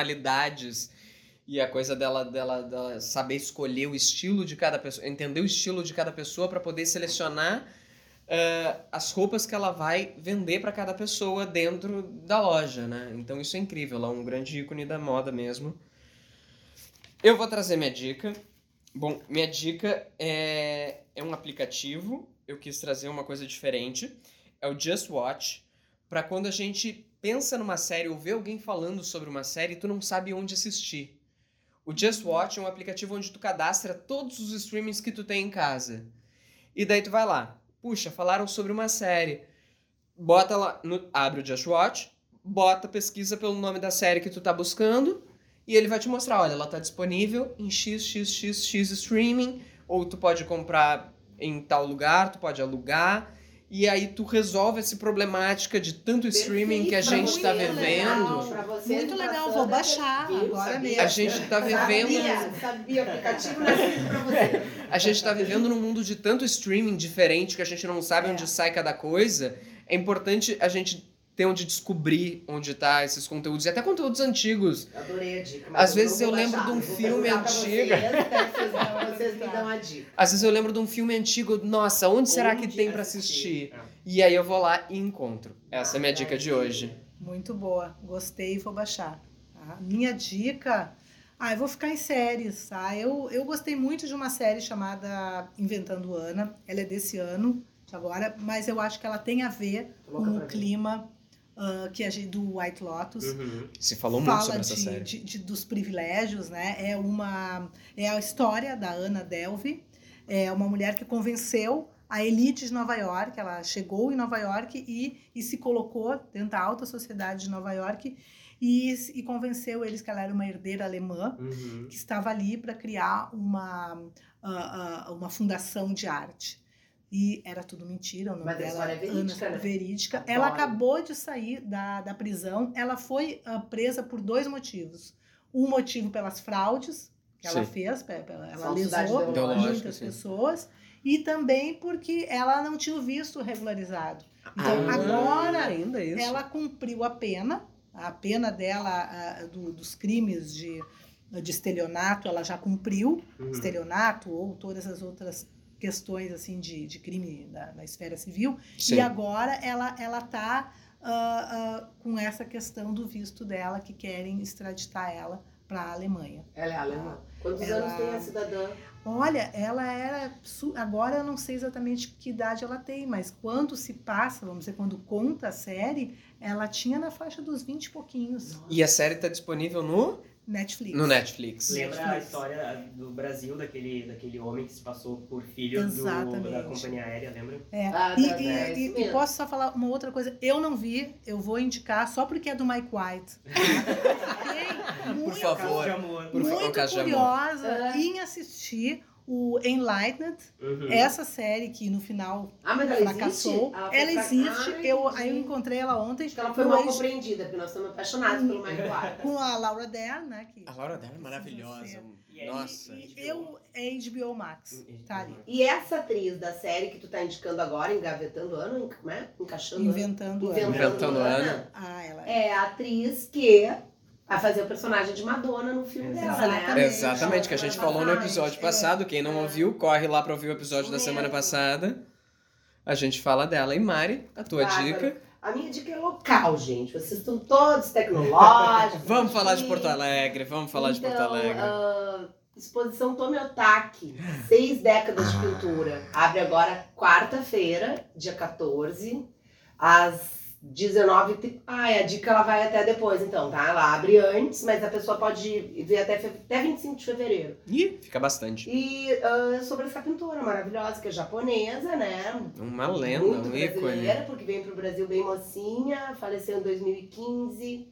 S3: personalidades. E a coisa dela, dela, dela saber escolher o estilo de cada pessoa, entender o estilo de cada pessoa para poder selecionar eh, as roupas que ela vai vender para cada pessoa dentro da loja, né? Então isso é incrível, ela é um grande ícone da moda mesmo. Eu vou trazer minha dica. Bom, minha dica é, é um aplicativo. Eu quis trazer uma coisa diferente. É o Just Watch. Pra quando a gente pensa numa série ou vê alguém falando sobre uma série, tu não sabe onde assistir. O Just Watch é um aplicativo onde tu cadastra todos os streamings que tu tem em casa. E daí tu vai lá. Puxa, falaram sobre uma série. Bota lá, no- abre o Just Watch, bota, pesquisa pelo nome da série que tu tá buscando e ele vai te mostrar, olha, ela tá disponível em XXXX streaming, ou tu pode comprar em tal lugar, tu pode alugar, e aí tu resolve essa problemática de tanto streaming que a
S5: Perfeito,
S4: um
S3: gente tá
S4: né?
S5: muito
S4: é
S3: vivendo.
S5: legal. Muito legal, vou baixar agora mesmo.
S3: A gente
S4: um
S3: tá vivendo,
S4: Sabia, sabia, aplicativo nascido pra você.
S3: a gente tá vivendo num mundo de tanto streaming diferente que a gente não sabe
S5: É.
S3: onde sai cada coisa. É importante a gente ter onde descobrir onde tá esses conteúdos e até conteúdos antigos.
S4: Adorei a dica. mas
S3: Às vezes
S4: não
S3: eu
S4: vou
S3: lembro
S4: baixar,
S3: de um
S4: vou
S3: filme
S4: perguntar pra
S3: antigo.
S4: Vocês, até que vocês, dão- vocês me
S5: Tá.
S4: dão a dica.
S3: Às vezes eu lembro de um filme antigo, nossa, onde será que
S4: Onde
S3: tem pra assistir? E aí eu vou lá e encontro. Essa é a minha dica de hoje.
S5: Muito boa, gostei e vou baixar. tá? Minha dica. Ah, eu vou ficar em séries, tá? Eu, eu gostei muito de uma série chamada Inventando Ana. Ela é desse ano, de agora, mas eu acho que ela tem a ver
S4: Tô louca
S5: com
S4: pra
S5: o
S4: ver.
S5: clima ah, que é do White Lotus.
S2: Uhum.
S3: Se falou
S5: fala
S3: muito sobre essa
S5: de-
S3: série.
S5: de- de- dos privilégios, né? É uma é a história da Ana Delvey, é uma mulher que convenceu a elite de Nova York, ela chegou em Nova York e, e se colocou dentro da alta sociedade de Nova York e, s- e convenceu eles que ela era uma herdeira alemã
S2: Uhum.
S5: que estava ali para criar uma ah, ah, uma fundação de arte. E era tudo mentira, o nome
S4: Mas a
S5: dela
S4: história é verídica,
S5: Ana,
S4: né?
S5: verídica.
S4: Adoro.
S5: Ela acabou de sair da, da prisão. Ela foi ah, presa por dois motivos. Um motivo pelas fraudes que ela
S3: Sim.
S5: fez, pe- pela- ela
S4: Falsidade
S5: lesou
S4: ideológica,
S5: muitas
S3: sim.
S5: pessoas. E também porque ela não tinha o visto regularizado. Então,
S3: Ah,
S5: agora
S3: ainda isso.
S5: ela cumpriu a pena, a pena dela ah, do- dos crimes de, de estelionato, ela já cumpriu
S2: Uhum.
S5: estelionato ou todas as outras questões assim de, de crime na, na esfera civil.
S3: Sim.
S5: E agora ela ela tá ah, ah, com essa questão do visto dela que querem extraditar ela para a Alemanha.
S4: Ela é alemã. Quantos
S5: Ela-
S4: anos tem a cidadã?
S5: Olha, ela era su- agora eu não sei exatamente que idade ela tem, mas quando se passa, vamos dizer, quando conta a série, ela tinha na faixa dos 20 e pouquinhos.
S3: E a série tá disponível no,
S5: Netflix.
S3: no Netflix.
S2: Lembra a história do Brasil, daquele, daquele homem que se passou por filho do,
S5: Exatamente.
S2: da companhia aérea, lembra?
S5: É,
S4: Ah,
S5: e,
S4: tá,
S5: e-
S4: é isso
S5: e- e
S4: mesmo.
S5: posso só falar uma outra coisa? Eu não vi, eu vou indicar só porque é do Mike White. Fiquei
S3: Por
S5: muito,
S2: Caso
S3: favor.
S2: de amor.
S3: Por favor,
S5: muito
S3: Cajamã.
S5: curiosa
S4: É.
S5: em assistir o Enlightened,
S2: Uhum.
S5: essa série que no final
S4: Ah, mas ela
S5: fracassou.
S4: existe? foi
S5: Ela
S4: pra-
S5: existe,
S4: Ah,
S5: eu,
S4: entendi.
S5: aí eu encontrei ela ontem
S4: Acho que ela foi
S5: Eu
S4: mal
S5: ex-
S4: compreendida, porque nós estamos apaixonados pelo Michael White.
S5: com a Laura Dern, né? Que,
S3: Tá A Laura dela é maravilhosa.
S2: E aí,
S3: Nossa.
S5: E eu, é HBO Max, tá ali.
S4: E essa atriz da série que tu tá indicando agora, engavetando Ana, en- como é? Encaixando Ana?
S5: Inventando Ana.
S3: Inventando Ana.
S5: Ah, ela
S4: É a atriz que vai fazer o personagem de Madonna no filme dela, né?
S5: Exatamente.
S3: Exatamente, que a gente falou no episódio passado. Quem não ouviu, corre lá pra ouvir o episódio da semana passada. A gente fala dela. E Mari, a tua
S4: Bárbara.
S3: dica.
S4: A minha dica é local, gente. Vocês estão todos tecnológicos.
S3: Vamos falar de
S4: aqui.
S3: Porto Alegre, vamos falar de Porto
S4: Então,
S3: Alegre.
S4: ah, exposição Tome Otaki, seis décadas de pintura. Abre agora quarta-feira, dia 14, às 19 Ah, a dica ela vai até depois, então, tá? Ela abre antes, mas a pessoa pode ir- ver até, fe- até 25 de fevereiro.
S3: Ih, fica bastante.
S4: E ah, sobre essa pintora maravilhosa, que é japonesa, né?
S3: Uma lenda,
S4: Muito
S3: um ícone.
S4: brasileira, porque veio pro Brasil bem mocinha, faleceu em 2015.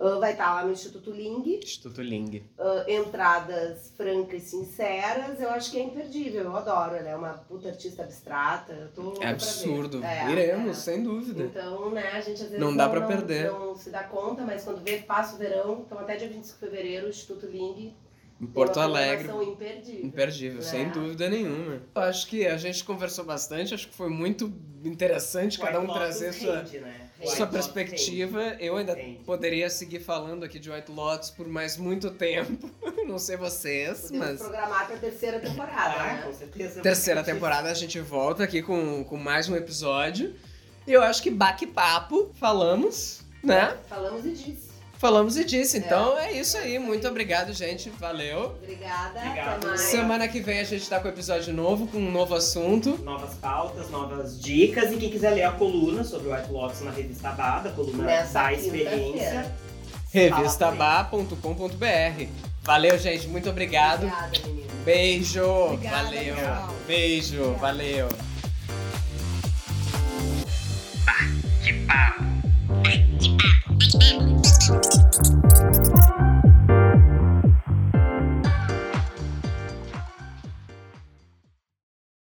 S4: Ah, vai estar lá no Instituto Ling.
S3: Instituto Ling.
S4: Ah, entradas francas e sinceras, eu acho que é imperdível, eu adoro. Ela é uma puta artista abstrata. Eu tô louca
S3: É
S4: pra
S3: absurdo.
S4: ver. É,
S3: Iremos,
S4: é.
S3: sem dúvida.
S4: Então, né, a gente às vezes
S3: Não dá pra perder.
S4: Não se dá conta, mas quando vê, passa o verão. Então, até dia 25 de fevereiro, o Instituto Ling.
S3: Em
S4: tem
S3: Porto
S4: uma
S3: Alegre.
S4: programação imperdível.
S3: Imperdível,
S4: É.
S3: sem dúvida nenhuma. Eu acho que a gente conversou bastante, acho que foi muito interessante cada um
S2: White Lotus
S3: trazer sua,
S2: rende, né? White
S3: sua
S2: Lotus
S3: perspectiva. Eu ainda
S2: Rende.
S3: poderia seguir falando aqui de White Lotus por mais muito tempo. Não sei vocês,
S4: Podemos
S3: mas.
S4: programar pra terceira temporada,
S2: Ah,
S4: né?
S2: com certeza.
S3: tá Terceira temporada a gente volta aqui com, com mais um episódio. E eu acho que bate-papo, falamos, né?
S4: Falamos e disse.
S3: Falamos e disse, então é, isso aí. Muito obrigado, gente. Valeu.
S4: Obrigada.
S2: Obrigado.
S4: Até mais.
S3: Semana que vem a gente tá com episódio novo, com um novo assunto.
S2: Novas pautas, novas dicas. E quem quiser ler a coluna sobre o White Lotus na revista Bada, a coluna
S4: Nessa
S2: da experiência.
S4: quinta-feira.
S3: Revistabá.com.br. Valeu, gente. Muito obrigado.
S4: Obrigada, menina.
S3: Beijo.
S5: Obrigada,
S3: valeu.
S5: pessoal.
S3: Beijo.
S5: Obrigada.
S3: Valeu.
S1: Que papo!